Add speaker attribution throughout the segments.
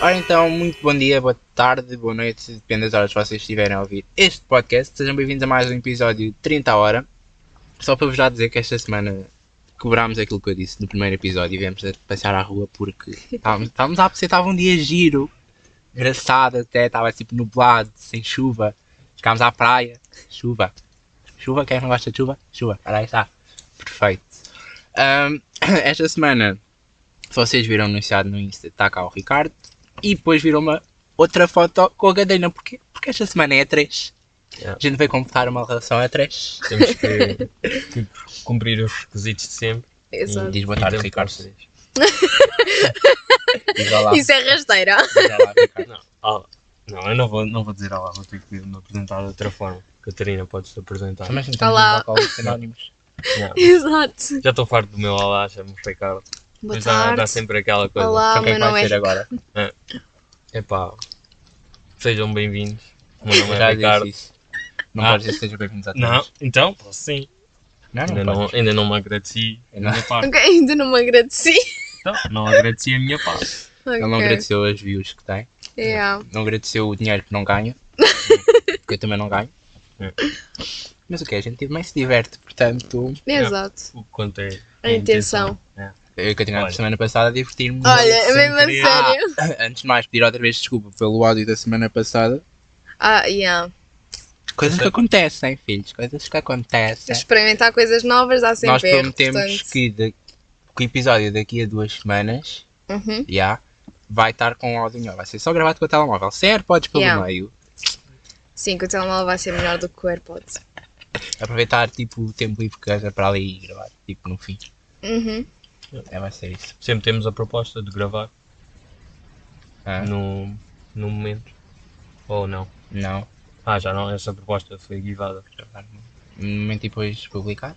Speaker 1: Ora então, muito bom dia, boa tarde, boa noite, depende das horas que vocês estiverem a ouvir este podcast. Sejam bem-vindos a mais um episódio de 30 Hora. Só para vos já dizer que esta semana cobrámos aquilo que eu disse no primeiro episódio e viemos a passear à rua porque estávamos, estávamos a apreciar, estava um dia giro, engraçado até, estava tipo nublado, sem chuva. Chegámos à praia, chuva. Chuva, quem não gosta de chuva? Chuva, Ora, aí está. Perfeito. Ahm, esta semana, se vocês viram anunciado no Insta, está cá o Ricardo. E depois virou uma outra foto com a Gadelha. Porquê? Porque esta semana é a 3. A
Speaker 2: Yeah.
Speaker 1: gente veio completar uma relação a 3.
Speaker 2: Temos que, que cumprir os requisitos de sempre. então,
Speaker 1: E
Speaker 3: Exato.
Speaker 1: diz boa tarde,
Speaker 2: Temos
Speaker 1: Ricardo.
Speaker 2: que fazer.
Speaker 1: Diz olá.
Speaker 3: Isso é rasteira.
Speaker 1: Diz olá, Ricardo.
Speaker 2: Não, olá. Ah, não, eu não vou, não vou dizer olá, vou ter que me apresentar de outra forma. Catarina, podes-te apresentar.
Speaker 1: Mas não temos
Speaker 3: Olá.
Speaker 1: um local de sinónimos.
Speaker 2: Não.
Speaker 3: Exato.
Speaker 2: Já estou farto do meu olá, chamo-me Ricardo.
Speaker 3: Boa
Speaker 2: Mas dá, dá
Speaker 3: tarde.
Speaker 2: sempre aquela coisa.
Speaker 3: Olá,
Speaker 1: Então,
Speaker 3: o
Speaker 1: quem
Speaker 3: meu
Speaker 1: é que vai
Speaker 3: nome
Speaker 1: ser
Speaker 3: é.
Speaker 1: agora?
Speaker 2: Epá, sejam bem-vindos. O meu nome
Speaker 1: Já
Speaker 2: é
Speaker 1: disse
Speaker 2: Ricardo.
Speaker 1: isso. Não
Speaker 2: Ah.
Speaker 1: podes dizer que sejam bem-vindos a todos.
Speaker 2: Não, então, posso sim.
Speaker 1: Ah, Não, não,
Speaker 2: Ainda não,
Speaker 1: podes. É
Speaker 2: ainda não me agradeci a
Speaker 1: Não.
Speaker 2: minha parte.
Speaker 3: Ok, ainda não me agradeci.
Speaker 2: Então, não agradeci a minha parte.
Speaker 3: Ok.
Speaker 1: Ele não agradeceu as views que tem.
Speaker 3: Yeah.
Speaker 1: Não agradeceu o dinheiro que não ganha. que eu também não ganho.
Speaker 2: É.
Speaker 1: Mas o que? A gente também se diverte, portanto.
Speaker 3: Exato.
Speaker 2: O que conta é
Speaker 3: A intenção.
Speaker 2: É.
Speaker 1: Eu continuei a
Speaker 2: Olha.
Speaker 1: semana passada a divertir-me.
Speaker 3: Olha, é
Speaker 2: Sem
Speaker 3: mesmo a
Speaker 2: querer.
Speaker 3: sério.
Speaker 1: Antes de mais, pedir outra vez desculpa pelo áudio da semana passada.
Speaker 3: Ah, yeah.
Speaker 1: Coisas que
Speaker 2: Sim.
Speaker 1: acontecem, filhos. Coisas que acontecem.
Speaker 3: Experimentar coisas novas dá sempre
Speaker 1: É. Nós
Speaker 3: erro,
Speaker 1: prometemos
Speaker 3: portanto.
Speaker 1: que, da- que o episódio daqui a duas semanas
Speaker 3: Uhum.
Speaker 1: já vai estar com o áudio melhor. Vai ser só gravado com o telemóvel. Certo, podes pelo
Speaker 3: Yeah.
Speaker 1: meio.
Speaker 3: Sim, que o telemóvel vai ser melhor do que o AirPods.
Speaker 1: Aproveitar tipo, o tempo livre que haja para ali e gravar. Tipo, no fim.
Speaker 3: Uhum.
Speaker 1: É, vai ser isso.
Speaker 2: Sempre temos a proposta de gravar
Speaker 1: Ah,
Speaker 2: no, no momento. Ou não.
Speaker 1: não.
Speaker 2: Ah, já não, essa proposta foi guivada.
Speaker 1: Um momento e depois publicar.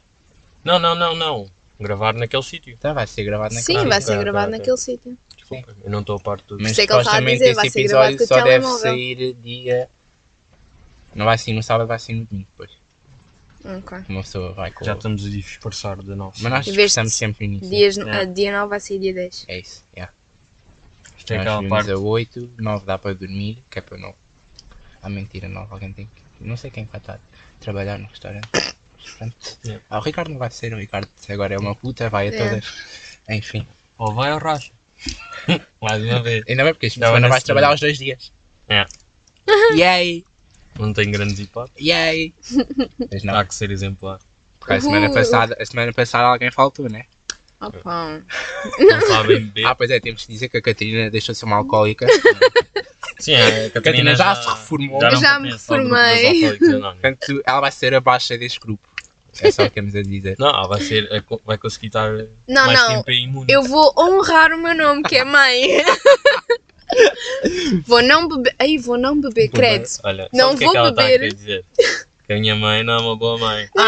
Speaker 2: Não, não, não, não. Gravar naquele sítio.
Speaker 1: Então vai ser gravado naquele
Speaker 3: Sim, vai
Speaker 2: Tá,
Speaker 3: ser
Speaker 2: tá,
Speaker 3: gravado
Speaker 2: tá.
Speaker 3: naquele sítio.
Speaker 2: Desculpa, eu não estou a parte do.
Speaker 1: Mas
Speaker 3: Sei que ele está a
Speaker 1: supostamente
Speaker 3: dizer,
Speaker 1: este
Speaker 3: vai ser gravado
Speaker 1: episódio
Speaker 3: com o
Speaker 1: só deve
Speaker 3: telemóvel.
Speaker 1: sair dia. Não vai sair no sábado, vai sair no domingo depois.
Speaker 3: Ok.
Speaker 1: Uma pessoa vai com.
Speaker 2: Já estamos a dispersar da nossa.
Speaker 1: Mas nós
Speaker 3: Em vez de
Speaker 1: discursamos sempre no início.
Speaker 3: Dias,
Speaker 2: Yeah.
Speaker 3: a dia 9 vai ser dia 10.
Speaker 1: É isso. Yeah.
Speaker 2: Isto é
Speaker 1: nós
Speaker 2: aquela
Speaker 1: dormimos
Speaker 2: parte.
Speaker 1: a 8, 9 dá para dormir, que é para não. Ah, mentira, 9 alguém tem que. Não sei quem vai estar a trabalhar no restaurante. Portanto,
Speaker 2: Yeah.
Speaker 1: ah, o Ricardo não vai ser, o Ricardo agora é uma puta, vai a
Speaker 3: Yeah.
Speaker 1: todas. Enfim.
Speaker 2: Ou vai ou racha. Mais uma vez.
Speaker 1: Ainda bem porque este fim de
Speaker 2: Não,
Speaker 1: semana
Speaker 2: nesse
Speaker 1: vais trabalhar
Speaker 2: dia.
Speaker 1: os dois dias.
Speaker 2: É.
Speaker 1: Yay!
Speaker 2: Não tem grandes hipóteses.
Speaker 1: Yay! Mas não,
Speaker 2: Há que ser exemplar.
Speaker 1: porque a semana,
Speaker 3: Uhul.
Speaker 1: passada, a semana passada alguém faltou, né?
Speaker 3: Opa.
Speaker 2: Não sabem
Speaker 1: Ah,
Speaker 2: beber.
Speaker 1: pois é, temos que dizer que a Catarina deixou-se uma alcoólica.
Speaker 2: Sim, a
Speaker 1: é, Catarina
Speaker 2: Catarina
Speaker 1: já se reformou.
Speaker 2: não
Speaker 3: Já me
Speaker 2: pertence ao grupo dos
Speaker 3: reformei.
Speaker 2: alcoólicos anónimos.
Speaker 1: Portanto, ela vai ser a baixa deste grupo. É só o que temos a dizer.
Speaker 2: Não, ah, vai ser. é co- Vai conseguir estar
Speaker 3: Não,
Speaker 2: mais
Speaker 3: não.
Speaker 2: tempo imune.
Speaker 3: Eu vou honrar o meu nome, que é mãe. vou não beber. Aí, vou não beber, credo.
Speaker 2: Olha, sabe
Speaker 3: Não
Speaker 2: o que
Speaker 3: vou
Speaker 2: é que ela está a
Speaker 3: beber.
Speaker 2: querer dizer? Que a minha mãe não é uma boa mãe.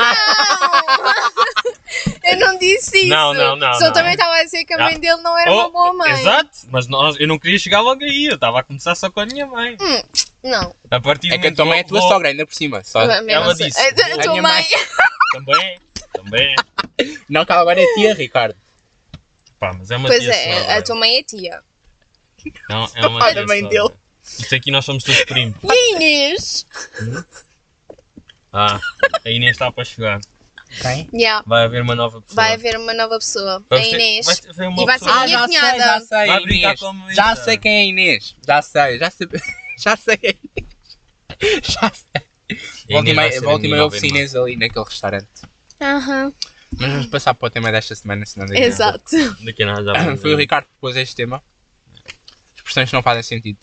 Speaker 3: Eu não disse isso.
Speaker 2: Não, não, não,
Speaker 3: Só
Speaker 2: não.
Speaker 3: também estava a dizer que a
Speaker 2: Ah.
Speaker 3: mãe dele não era uma
Speaker 2: Oh,
Speaker 3: boa mãe.
Speaker 2: Exato, mas nós, eu não queria chegar logo aí, eu estava a começar só com a minha mãe.
Speaker 3: Não.
Speaker 2: A partir
Speaker 1: É
Speaker 2: do
Speaker 1: que a
Speaker 2: momento
Speaker 1: tua mãe é a
Speaker 2: vou-
Speaker 1: tua
Speaker 2: vou-
Speaker 1: sogra, ainda por cima. Só...
Speaker 3: a minha
Speaker 2: ela
Speaker 3: nossa-
Speaker 2: disse,
Speaker 3: A, a
Speaker 1: a
Speaker 3: tua
Speaker 1: minha
Speaker 3: mãe.
Speaker 1: mãe-
Speaker 2: Também, também.
Speaker 1: Não, que ela agora é tia, Ricardo.
Speaker 2: Pá, mas é uma
Speaker 3: Pois
Speaker 2: tia
Speaker 3: é,
Speaker 2: sogra.
Speaker 3: a tua mãe é tia.
Speaker 2: Não, é uma
Speaker 1: Olha
Speaker 2: tia
Speaker 1: bem
Speaker 2: sogra.
Speaker 1: dele.
Speaker 2: Isto aqui nós somos todos primos.
Speaker 3: E Inês?
Speaker 2: Ah, a Inês está para chegar.
Speaker 1: Quem?
Speaker 3: Yeah.
Speaker 2: Vai haver uma nova pessoa.
Speaker 3: Vai haver uma nova pessoa.
Speaker 2: Vamos
Speaker 3: a
Speaker 2: ter-
Speaker 3: Inês.
Speaker 2: vai ter- vai uma
Speaker 3: E vai
Speaker 2: pessoa-
Speaker 3: ser
Speaker 1: Ah,
Speaker 3: minha
Speaker 1: já sei,
Speaker 3: cunhada.
Speaker 1: já sei. É
Speaker 2: Vai brincar
Speaker 1: Inês.
Speaker 2: com a Melissa.
Speaker 1: Já sei quem é Inês. Já sei, já sei. Já sei. quem é Inês. Já sei.
Speaker 2: A Inês
Speaker 1: Volta e
Speaker 2: vai
Speaker 1: meia-
Speaker 2: ser a
Speaker 1: volta e
Speaker 2: minha
Speaker 1: meia
Speaker 2: nova
Speaker 1: houve
Speaker 2: irmã.
Speaker 1: Inês ali naquele restaurante.
Speaker 3: Aham.
Speaker 1: Mas vamos passar para o tema desta semana, senão
Speaker 2: um
Speaker 1: daqui a pouco-
Speaker 3: Exato.
Speaker 2: Daqui a nada já vamos
Speaker 1: Foi o
Speaker 2: ver.
Speaker 1: Ricardo que propôs este tema. Expressões que não fazem sentido.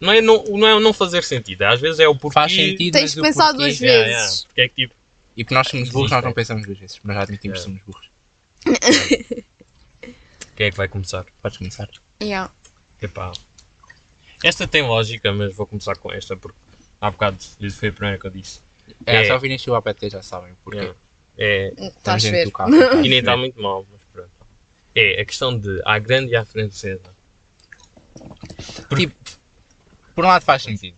Speaker 2: não é não, não é o não fazer sentido, às vezes é o porquê.
Speaker 1: Faz sentido,
Speaker 3: Tens
Speaker 1: mas
Speaker 3: de
Speaker 1: o
Speaker 3: pensar
Speaker 1: porquê-
Speaker 3: duas
Speaker 2: Yeah,
Speaker 3: vezes.
Speaker 2: yeah, Porque é que tipo,
Speaker 1: E porque nós somos burros, nós não
Speaker 2: Existe.
Speaker 1: pensamos duas vezes. Nós já admitimos que
Speaker 2: É.
Speaker 1: somos burros.
Speaker 2: quem é que vai começar?
Speaker 1: Podes começar.
Speaker 3: Yeah.
Speaker 2: Epá. Esta tem lógica, mas vou começar com esta porque há bocado isso foi a primeira que eu disse.
Speaker 1: É,
Speaker 2: É.
Speaker 1: só virem chuva para ter, já sabem o porquê.
Speaker 2: Yeah. É, então-
Speaker 3: Estás Tá a
Speaker 1: dentro
Speaker 3: ver.
Speaker 1: do carro. Estamos
Speaker 2: e nem está
Speaker 1: dentro.
Speaker 2: muito mal, é mas pronto. É a questão de à grande e à francesa.
Speaker 1: Por um lado faz sentido.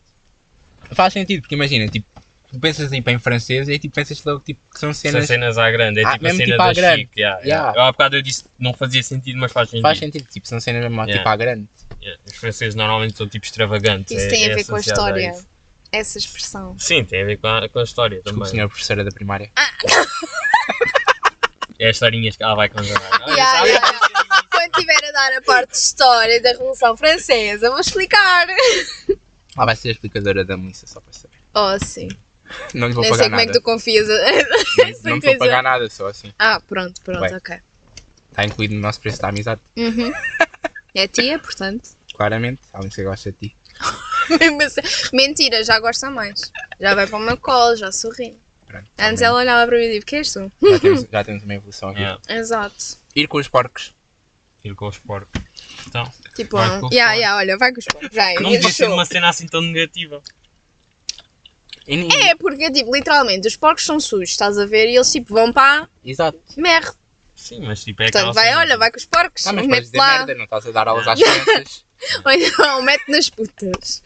Speaker 1: Faz sentido, porque imagina, tipo, tu pensas tipo, em francês e aí tipo, pensas logo tipo, que são
Speaker 2: São
Speaker 1: cenas.
Speaker 2: cenas à grande, é
Speaker 1: Ah,
Speaker 2: tipo a
Speaker 1: mesmo
Speaker 2: cena
Speaker 1: tipo à
Speaker 2: da
Speaker 1: grande.
Speaker 2: Chic. Yeah,
Speaker 1: Yeah.
Speaker 2: yeah. Eu há bocado eu disse que não fazia sentido, mas faz sentido.
Speaker 1: Faz sentido, tipo, são cenas mesmo tipo
Speaker 2: Yeah.
Speaker 1: à grande.
Speaker 2: Yeah, Os franceses normalmente são tipo extravagantes.
Speaker 3: Isso
Speaker 2: é-
Speaker 3: tem a
Speaker 2: é
Speaker 3: ver com a
Speaker 2: associado
Speaker 3: história.
Speaker 2: isso.
Speaker 3: Essa expressão.
Speaker 2: Sim, tem a ver com a, com a história
Speaker 1: Desculpe,
Speaker 2: também.
Speaker 1: senhora professora da primária.
Speaker 2: É as historinhas que ela vai contar. Ah,
Speaker 3: Yeah,
Speaker 2: sabe?
Speaker 3: yeah, Quando estiver a dar a parte de história da Revolução Francesa, vou explicar.
Speaker 1: Ela Ah, vai ser a explicadora da missa, só para saber.
Speaker 3: Oh, sim.
Speaker 1: Não lhe vou
Speaker 3: Nem sei
Speaker 1: pagar
Speaker 3: como é que
Speaker 1: nada.
Speaker 3: tu é. confias. a-
Speaker 1: Não-
Speaker 3: essa
Speaker 1: Não lhe
Speaker 3: coisa.
Speaker 1: vou pagar nada, só assim.
Speaker 3: ah, pronto, pronto,
Speaker 1: Bem.
Speaker 3: ok.
Speaker 1: Está incluído no nosso preço da amizade,
Speaker 3: Uhum. É tia, portanto.
Speaker 1: claramente. Alguém que gosta de ti.
Speaker 3: Mas, mentira, já gosta mais. Já vai para o meu colo, já sorri.
Speaker 1: Pronto, tá
Speaker 3: Antes
Speaker 1: também.
Speaker 3: ela olhava para mim e dizia: Que és tu?
Speaker 1: já, temos, já temos uma evolução aqui.
Speaker 2: Yeah,
Speaker 3: Exato.
Speaker 1: Ir com os porcos.
Speaker 2: Ir com os porcos. Então,
Speaker 3: Tipo,
Speaker 2: Vai
Speaker 3: ah,
Speaker 2: com o
Speaker 3: yeah,
Speaker 2: fone.
Speaker 3: yeah, olha, vai com os é pés. Vai,
Speaker 1: É
Speaker 2: não devia ser
Speaker 3: show.
Speaker 2: uma cena assim tão negativa.
Speaker 1: E ninguém-
Speaker 3: É, porque, tipo, literalmente, os porcos são sujos, estás a ver? E eles, tipo, vão para a
Speaker 1: Exato.
Speaker 3: merda.
Speaker 2: Sim, mas tipo é aquela
Speaker 3: Portanto, vai,
Speaker 2: cena.
Speaker 3: olha, vai com os porcos,
Speaker 1: Ah, mas podes
Speaker 3: mete
Speaker 1: dizer
Speaker 3: lá.
Speaker 1: merda, não estás a dar aulas às crianças.
Speaker 3: Ou então, mete nas putas.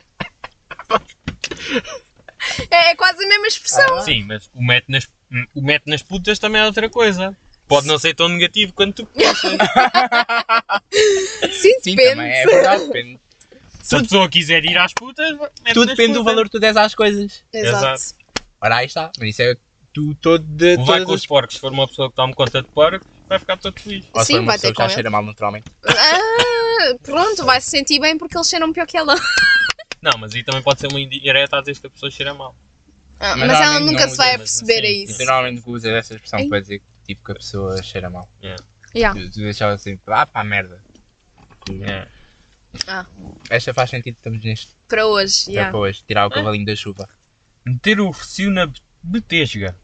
Speaker 3: É, é quase a mesma expressão.
Speaker 2: Sim, mas o mete nas, o mete nas putas também é outra coisa. Pode não ser tão negativo quanto tu.
Speaker 3: Sim,
Speaker 1: Ah, Sim,
Speaker 3: depende.
Speaker 1: também é verdade. Depende.
Speaker 2: Se a pessoa quiser ir às putas, mete
Speaker 1: É Tudo
Speaker 2: nas
Speaker 1: depende do
Speaker 2: putas.
Speaker 1: valor que tu des às coisas.
Speaker 3: Exato.
Speaker 1: Ora, aí está. Mas isso é tu todo de
Speaker 2: O vai com
Speaker 1: todas
Speaker 2: os porcos. Se for uma pessoa que toma conta de porcos, vai ficar todo feliz.
Speaker 1: Ou se
Speaker 3: Sim,
Speaker 1: for uma
Speaker 3: vai ter
Speaker 1: pessoa que já
Speaker 3: com
Speaker 1: cheira mal naturalmente.
Speaker 3: Ah, pronto, vai se sentir bem porque eles cheiram pior que ela.
Speaker 2: Não, mas aí também pode ser uma indireta a dizer que a pessoa cheira mal.
Speaker 3: Ah,
Speaker 1: Mas
Speaker 3: mas ela
Speaker 1: realmente
Speaker 3: nunca
Speaker 2: não
Speaker 3: se vai
Speaker 2: usa, mas
Speaker 3: aperceber a
Speaker 2: sim,
Speaker 1: E
Speaker 3: isso.
Speaker 1: finalmente que usas essa expressão
Speaker 3: Ei.
Speaker 1: para dizer que, tipo, que a pessoa cheira mal.
Speaker 3: Yeah.
Speaker 1: Tu, tu deixavas assim, ah pá, merda.
Speaker 2: É.
Speaker 1: Esta faz sentido, estamos neste
Speaker 3: Para
Speaker 1: yeah.
Speaker 3: hoje,
Speaker 1: Ah.
Speaker 3: yeah.
Speaker 1: para hoje. Tirar o cavalinho da chuva.
Speaker 2: Meter o recio na betesga.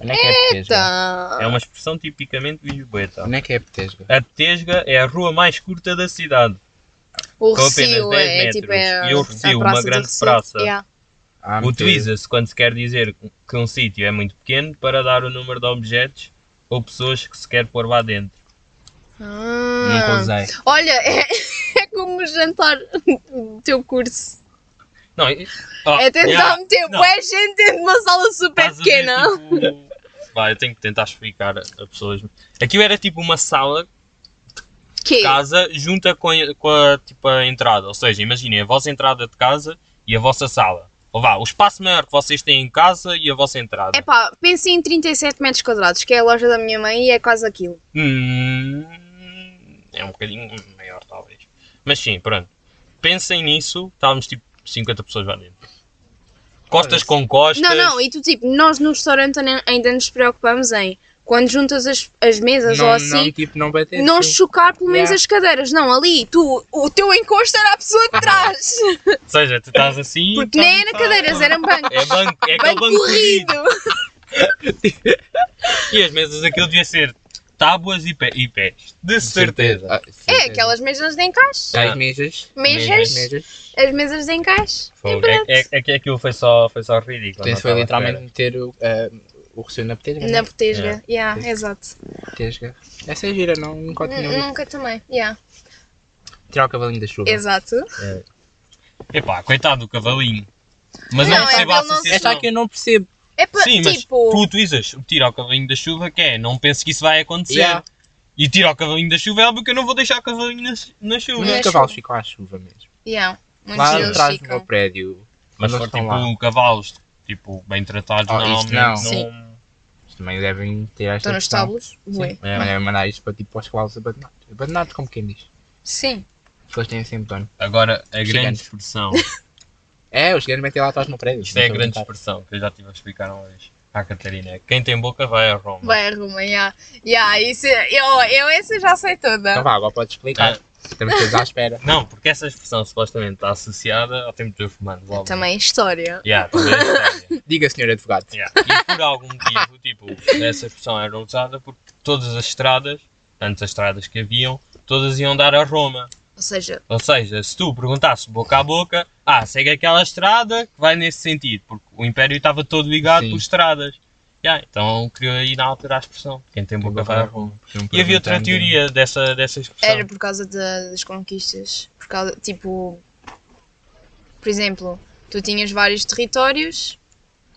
Speaker 1: Onde é que é a Betesga?
Speaker 3: Então,
Speaker 2: É uma expressão tipicamente lisboeta.
Speaker 1: Onde é que é a Betesga?
Speaker 2: A Betesga é a rua mais curta da cidade,
Speaker 3: o
Speaker 2: com apenas
Speaker 3: recio
Speaker 2: 10
Speaker 3: é,
Speaker 2: metros.
Speaker 3: tipo é
Speaker 2: E o
Speaker 3: a
Speaker 2: recio, uma
Speaker 3: praça do
Speaker 2: grande
Speaker 3: recio.
Speaker 2: praça.
Speaker 3: Yeah.
Speaker 1: Ah, meu Deus.
Speaker 2: Utiliza-se quando se quer dizer que um sítio é muito pequeno para dar o número de objetos ou pessoas que se quer pôr lá dentro.
Speaker 3: Ah.
Speaker 1: Nunca usei.
Speaker 3: Olha, é, é como o jantar do teu curso.
Speaker 2: Não, e- ah,
Speaker 3: é tentar
Speaker 2: yeah,
Speaker 3: meter
Speaker 2: não.
Speaker 3: bué gente dentro de uma sala super
Speaker 2: estás a ver,
Speaker 3: pequena.
Speaker 2: tipo, Vá, eu tenho que tentar explicar a a pessoas. Aquilo era tipo uma sala,
Speaker 3: Que?
Speaker 2: tipo,
Speaker 3: é?
Speaker 2: casa, junta com, a- com a, tipo, a entrada. Ou seja, imaginem a vossa entrada de casa e a vossa sala. Ou vá, o espaço maior que vocês têm em casa e a vossa entrada.
Speaker 3: Epá, pensei em 37 metros quadrados, que é a loja da minha mãe e é quase aquilo.
Speaker 2: Hum, é um bocadinho maior, talvez. Mas sim, pronto. Pensem nisso. Estávamos tipo 50 pessoas lá dentro. Costas com costas.
Speaker 3: Não, não, e tu tipo, nós no restaurante ane- ainda nos preocupamos em quando juntas as, as mesas ou
Speaker 1: Não, não,
Speaker 3: assim,
Speaker 1: tipo, não bater.
Speaker 3: não,
Speaker 1: sim.
Speaker 3: chocar pelo menos
Speaker 1: Yeah.
Speaker 3: as cadeiras. Não, ali, tu, o teu encosto era a pessoa de trás.
Speaker 2: Ou seja, tu estás assim.
Speaker 3: Porque
Speaker 2: então
Speaker 3: nem era
Speaker 2: tá-
Speaker 3: cadeiras, era um banco.
Speaker 2: É banco, é aquele
Speaker 3: Banco
Speaker 2: banco corrido.
Speaker 3: corrido.
Speaker 2: E as mesas aquilo devia ser tábuas e, pé, e pés. De certeza.
Speaker 1: Ah,
Speaker 3: É,
Speaker 1: certeza.
Speaker 3: aquelas mesas de encaixe.
Speaker 1: Dez mesas.
Speaker 3: Mesas,
Speaker 1: Mesas.
Speaker 3: as mesas de encaixe.
Speaker 2: Fogo. É, é, é que aquilo foi só, foi só
Speaker 1: Então,
Speaker 2: ridículo. não
Speaker 1: isso foi
Speaker 2: estava à
Speaker 1: literalmente
Speaker 2: espera.
Speaker 1: meter o, ah, o recio na Betesga.
Speaker 3: Na
Speaker 1: né?
Speaker 3: botesga, yeah, exato.
Speaker 1: Betesga. Essa é gira, não? Nunca tinha ouvido.
Speaker 3: Nunca também, yeah.
Speaker 1: Tirar o cavalinho da chuva.
Speaker 3: Exato.
Speaker 2: Epá, coitado do cavalinho. Mas
Speaker 3: Não,
Speaker 2: não,
Speaker 3: é
Speaker 2: percebo
Speaker 3: que
Speaker 2: a
Speaker 3: ele não-
Speaker 2: associação.
Speaker 1: Esta aqui eu não percebo.
Speaker 3: É para,
Speaker 2: Sim, mas
Speaker 3: tipo,
Speaker 2: tu utilizas o tiro ao cavalinho da chuva, que é, não penso que isso vai acontecer.
Speaker 1: Yeah.
Speaker 2: E tiro ao cavalinho da chuva é óbvio que eu não vou deixar o cavalinho na, na chuva.
Speaker 1: Muitos
Speaker 3: Mas-
Speaker 1: cavalos ficam à chuva mesmo.
Speaker 3: yeah, é muitos
Speaker 1: Lá
Speaker 3: deles
Speaker 1: atrás do meu
Speaker 3: ficam.
Speaker 1: prédio. Mas
Speaker 2: Mas se for
Speaker 1: estão
Speaker 2: tipo
Speaker 1: lá.
Speaker 2: cavalos tipo, bem tratados,
Speaker 1: Oh, isso
Speaker 2: normalmente
Speaker 1: não.
Speaker 2: não.
Speaker 3: Sim.
Speaker 1: Eles também devem ter esta
Speaker 3: Estão nos
Speaker 1: opção.
Speaker 3: tábulos? Ué.
Speaker 1: Sim. Mas devem mandar isto para, tipo, para os cavalos abandonados. Abandonados, como quem diz.
Speaker 3: Sim.
Speaker 1: As pessoas têm sempre dono.
Speaker 2: Agora, a grande
Speaker 1: Gigantes.
Speaker 2: expressão.
Speaker 1: É, os grandes metem lá atrás no prédio.
Speaker 2: Isto é a
Speaker 1: Não
Speaker 2: grande
Speaker 1: estou brincar.
Speaker 2: expressão que eu já tive a explicar uma vez à Catarina. Quem tem boca vai a Roma.
Speaker 3: Vai, arruma, yeah. Yeah, isso, é, eu, eu essa já sei
Speaker 1: Então
Speaker 3: toda.
Speaker 1: vá, agora podes explicar.
Speaker 2: É.
Speaker 1: Estamos todos à espera.
Speaker 2: Não, porque essa expressão supostamente está associada ao tempo dos romanos. óbvio.
Speaker 3: É Também história.
Speaker 2: Yeah, também é séria.
Speaker 1: Diga, senhor advogado.
Speaker 2: Yeah. E por algum motivo, tipo, essa expressão era usada porque todas as estradas, antes as estradas que haviam, todas iam dar a Roma.
Speaker 3: Ou seja,
Speaker 2: Ou seja, se tu perguntasse boca a boca, ah, segue aquela estrada que vai nesse sentido, porque o Império estava todo ligado
Speaker 1: Sim.
Speaker 2: por estradas. Yeah, então criou aí na altura a expressão, quem
Speaker 1: um
Speaker 2: tem boca vai a Roma.
Speaker 1: é
Speaker 2: E havia outra teoria dessa, dessa expressão.
Speaker 3: era por causa da- das conquistas. Por causa, tipo, por exemplo, tu tinhas vários territórios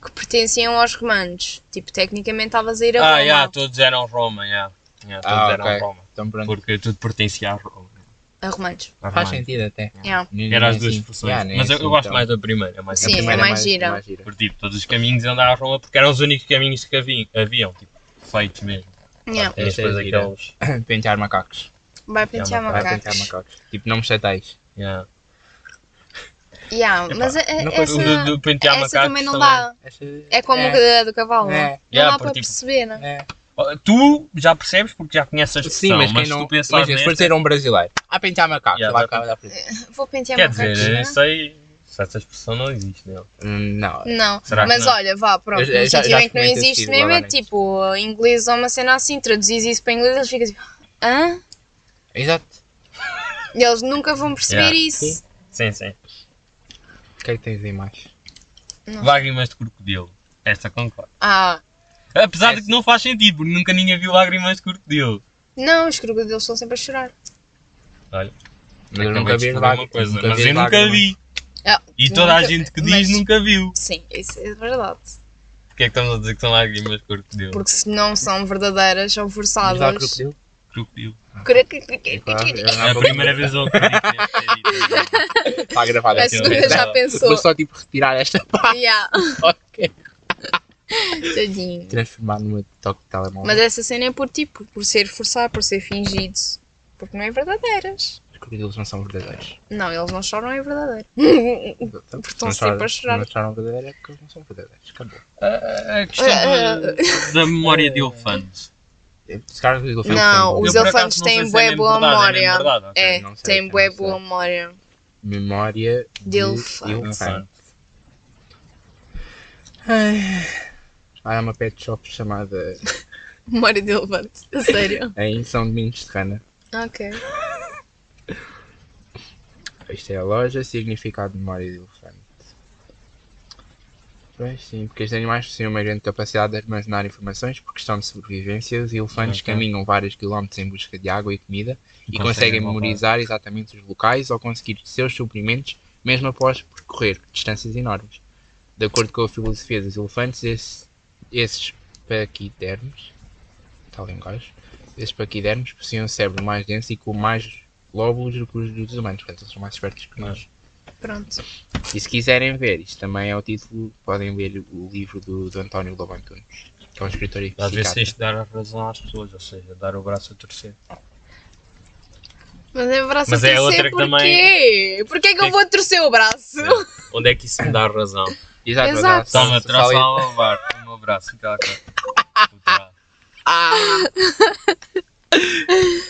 Speaker 3: que pertenciam aos romanos. Tipo, tecnicamente estavas a ir a Roma.
Speaker 2: ah, yeah, todos eram Roma, yeah. Yeah, todos
Speaker 1: Ah,
Speaker 2: eram
Speaker 1: ok.
Speaker 2: Roma.
Speaker 1: Então pronto.
Speaker 2: Porque tudo pertencia a Roma.
Speaker 3: A romanos.
Speaker 2: a
Speaker 1: Faz
Speaker 2: romana.
Speaker 1: sentido né? até.
Speaker 3: Yeah.
Speaker 1: é
Speaker 2: Era as duas
Speaker 1: assim.
Speaker 2: expressões. Mas eu, eu
Speaker 1: então.
Speaker 2: gosto mais da primeira. é mais
Speaker 3: Sim,
Speaker 2: a primeira.
Speaker 3: é mais gira.
Speaker 2: Porque tipo, todos os caminhos andar a Roma porque eram os únicos caminhos que havi- haviam, tipo, feitos mesmo.
Speaker 3: Yeah.
Speaker 2: E
Speaker 1: Esta
Speaker 2: depois
Speaker 1: é gira.
Speaker 2: aqueles.
Speaker 1: Pentear macacos.
Speaker 3: Vai pentear
Speaker 2: mas
Speaker 1: Vai
Speaker 3: macacos.
Speaker 1: pentear macacos. Tipo, não me chateis.
Speaker 2: Yeah.
Speaker 3: Yeah,
Speaker 1: Epá,
Speaker 3: mas a- a-
Speaker 1: não foi-
Speaker 3: essa,
Speaker 2: O do, do pentear
Speaker 3: essa
Speaker 2: macacos
Speaker 3: também não dá.
Speaker 1: Essa-
Speaker 3: É como
Speaker 1: é,
Speaker 3: o da- do cavalo.
Speaker 1: É.
Speaker 3: Não
Speaker 2: Yeah,
Speaker 3: dá
Speaker 2: porque,
Speaker 3: para
Speaker 2: tipo,
Speaker 3: perceber, né?
Speaker 1: é.
Speaker 2: Oh, Tu já percebes porque já conheces a
Speaker 1: Sim,
Speaker 2: expressão,
Speaker 1: mas
Speaker 2: mas,
Speaker 1: quem
Speaker 2: se
Speaker 1: não.
Speaker 2: tu pensares
Speaker 1: Imagina, se for
Speaker 2: nesta,
Speaker 1: ser um brasileiro. Ah, pentear macacos.
Speaker 2: Yeah,
Speaker 1: lá
Speaker 2: dá
Speaker 1: cá,
Speaker 2: pra-
Speaker 1: dá pra-
Speaker 3: Vou pentear
Speaker 2: quer
Speaker 3: macacos.
Speaker 2: dizer, é
Speaker 3: né?
Speaker 2: eu sei se essa expressão não existe nela.
Speaker 1: Hum, Não.
Speaker 3: Não,
Speaker 2: Será que
Speaker 3: mas
Speaker 2: não?
Speaker 3: olha, vá, pronto,
Speaker 1: Eu- eu
Speaker 3: no
Speaker 1: já-
Speaker 3: sentido
Speaker 1: já
Speaker 3: em que não
Speaker 1: experimentei
Speaker 3: existe
Speaker 1: esse
Speaker 3: mesmo, é
Speaker 1: tipo,
Speaker 3: tipo, inglês ou uma cena assim, traduzis isso para inglês, eles ficam tipo, hã?
Speaker 1: Exato.
Speaker 3: E eles nunca vão perceber
Speaker 2: Yeah.
Speaker 3: isso.
Speaker 2: Sim, sim.
Speaker 1: O que é que tens aí mais?
Speaker 3: Não.
Speaker 2: Lágrimas de crocodilo. Esta concordo.
Speaker 3: Ah,
Speaker 2: Apesar
Speaker 1: Essa-
Speaker 2: de que não faz sentido, porque nunca ninguém viu lágrimas de crocodilo.
Speaker 3: não, os crocodilos estão sempre a chorar.
Speaker 2: Olha,
Speaker 1: Mas eu
Speaker 2: acabei
Speaker 1: nunca
Speaker 2: de
Speaker 1: vi
Speaker 2: descobrir
Speaker 1: lá-
Speaker 2: uma coisa,
Speaker 1: nunca
Speaker 2: mas
Speaker 1: vi
Speaker 2: eu nunca
Speaker 1: lágrimas.
Speaker 2: vi.
Speaker 3: Ah,
Speaker 2: E toda a
Speaker 3: nunca-
Speaker 2: gente que diz
Speaker 3: mas-
Speaker 2: nunca viu.
Speaker 3: Sim, isso é verdade.
Speaker 2: Porquê é que estamos a dizer que são lágrimas de crocodilo?
Speaker 3: Porque se não são verdadeiras, são
Speaker 1: Mas lá
Speaker 3: forçadas.
Speaker 1: crocodilo?
Speaker 2: Crocodilo.
Speaker 1: Claro,
Speaker 2: É a primeira vez que é eu acredito neste dito.
Speaker 1: Está gravado
Speaker 3: A
Speaker 1: aqui. não
Speaker 3: segunda
Speaker 1: é?
Speaker 3: já
Speaker 2: Vou
Speaker 1: Vou
Speaker 3: pensou.
Speaker 1: só tipo retirar esta parte.
Speaker 3: Yeah.
Speaker 1: ok.
Speaker 3: Tadinho.
Speaker 1: Transformar numa toque de telemóvel.
Speaker 3: Mas essa cena é por tipo, por ser forçado, por ser fingido. Porque não é verdadeiras.
Speaker 1: Os crocodilos não são verdadeiros.
Speaker 3: Não, eles não choram, é verdadeiro.
Speaker 1: Porque
Speaker 3: estão sempre a chorar.
Speaker 1: Não choram verdadeiro é porque eles não são verdadeiros. Acabou.
Speaker 2: A a questão da- da memória de elefantes.
Speaker 1: Os caras dos elefantes
Speaker 3: Não,
Speaker 1: são
Speaker 3: os
Speaker 1: bons.
Speaker 2: Eu, por
Speaker 3: elefantes
Speaker 2: acaso, não
Speaker 3: têm
Speaker 2: sei se
Speaker 3: bué
Speaker 2: é mesmo
Speaker 3: boa
Speaker 2: verdade, é mesmo
Speaker 3: memória.
Speaker 2: verdade, ok.
Speaker 3: É,
Speaker 1: não sei,
Speaker 3: tem
Speaker 1: não
Speaker 3: bué
Speaker 1: sei.
Speaker 3: boa memória.
Speaker 1: Memória de
Speaker 3: elefante.
Speaker 1: elefante. Há uma pet shop chamada
Speaker 3: Memória de elefante, a sério.
Speaker 1: em São Domingos de Rana.
Speaker 3: ok.
Speaker 1: Isto é a loja, significado de memória de elefante. Pois sim, porque os animais possuem uma grande capacidade de armazenar informações por questão de sobrevivência. Os elefantes
Speaker 2: Ok.
Speaker 1: caminham vários quilómetros em busca de água e comida e
Speaker 2: Conseguem
Speaker 1: conseguem
Speaker 2: voltar.
Speaker 1: memorizar exatamente os locais ou conseguir seus suprimentos mesmo após percorrer distâncias enormes. De acordo com a filosofia dos elefantes, esse- esses paquidermos, tal linguagem, esses paquidermos possuem um cérebro mais denso e com mais lóbulos do que os dos humanos, portanto eles são mais espertos que nós.
Speaker 3: Pronto.
Speaker 1: E se quiserem ver, isto também é o título, podem ler o livro do, do António Lobo Antunes, que é um escritor e
Speaker 2: Às vezes tens
Speaker 1: psiquiatra.
Speaker 2: de dar a razão às pessoas, ou seja, dar o braço a torcer.
Speaker 3: Mas é o braço
Speaker 2: Mas
Speaker 3: a
Speaker 2: é
Speaker 3: torcer
Speaker 2: outra que
Speaker 3: porquê? Porquê que eu
Speaker 2: Porquê?
Speaker 3: vou torcer o braço?
Speaker 2: Onde é que isso me dá razão?
Speaker 1: Exato,
Speaker 3: Exato.
Speaker 1: exato.
Speaker 2: Toma, traça ao lavar o meu braço. Fica cá.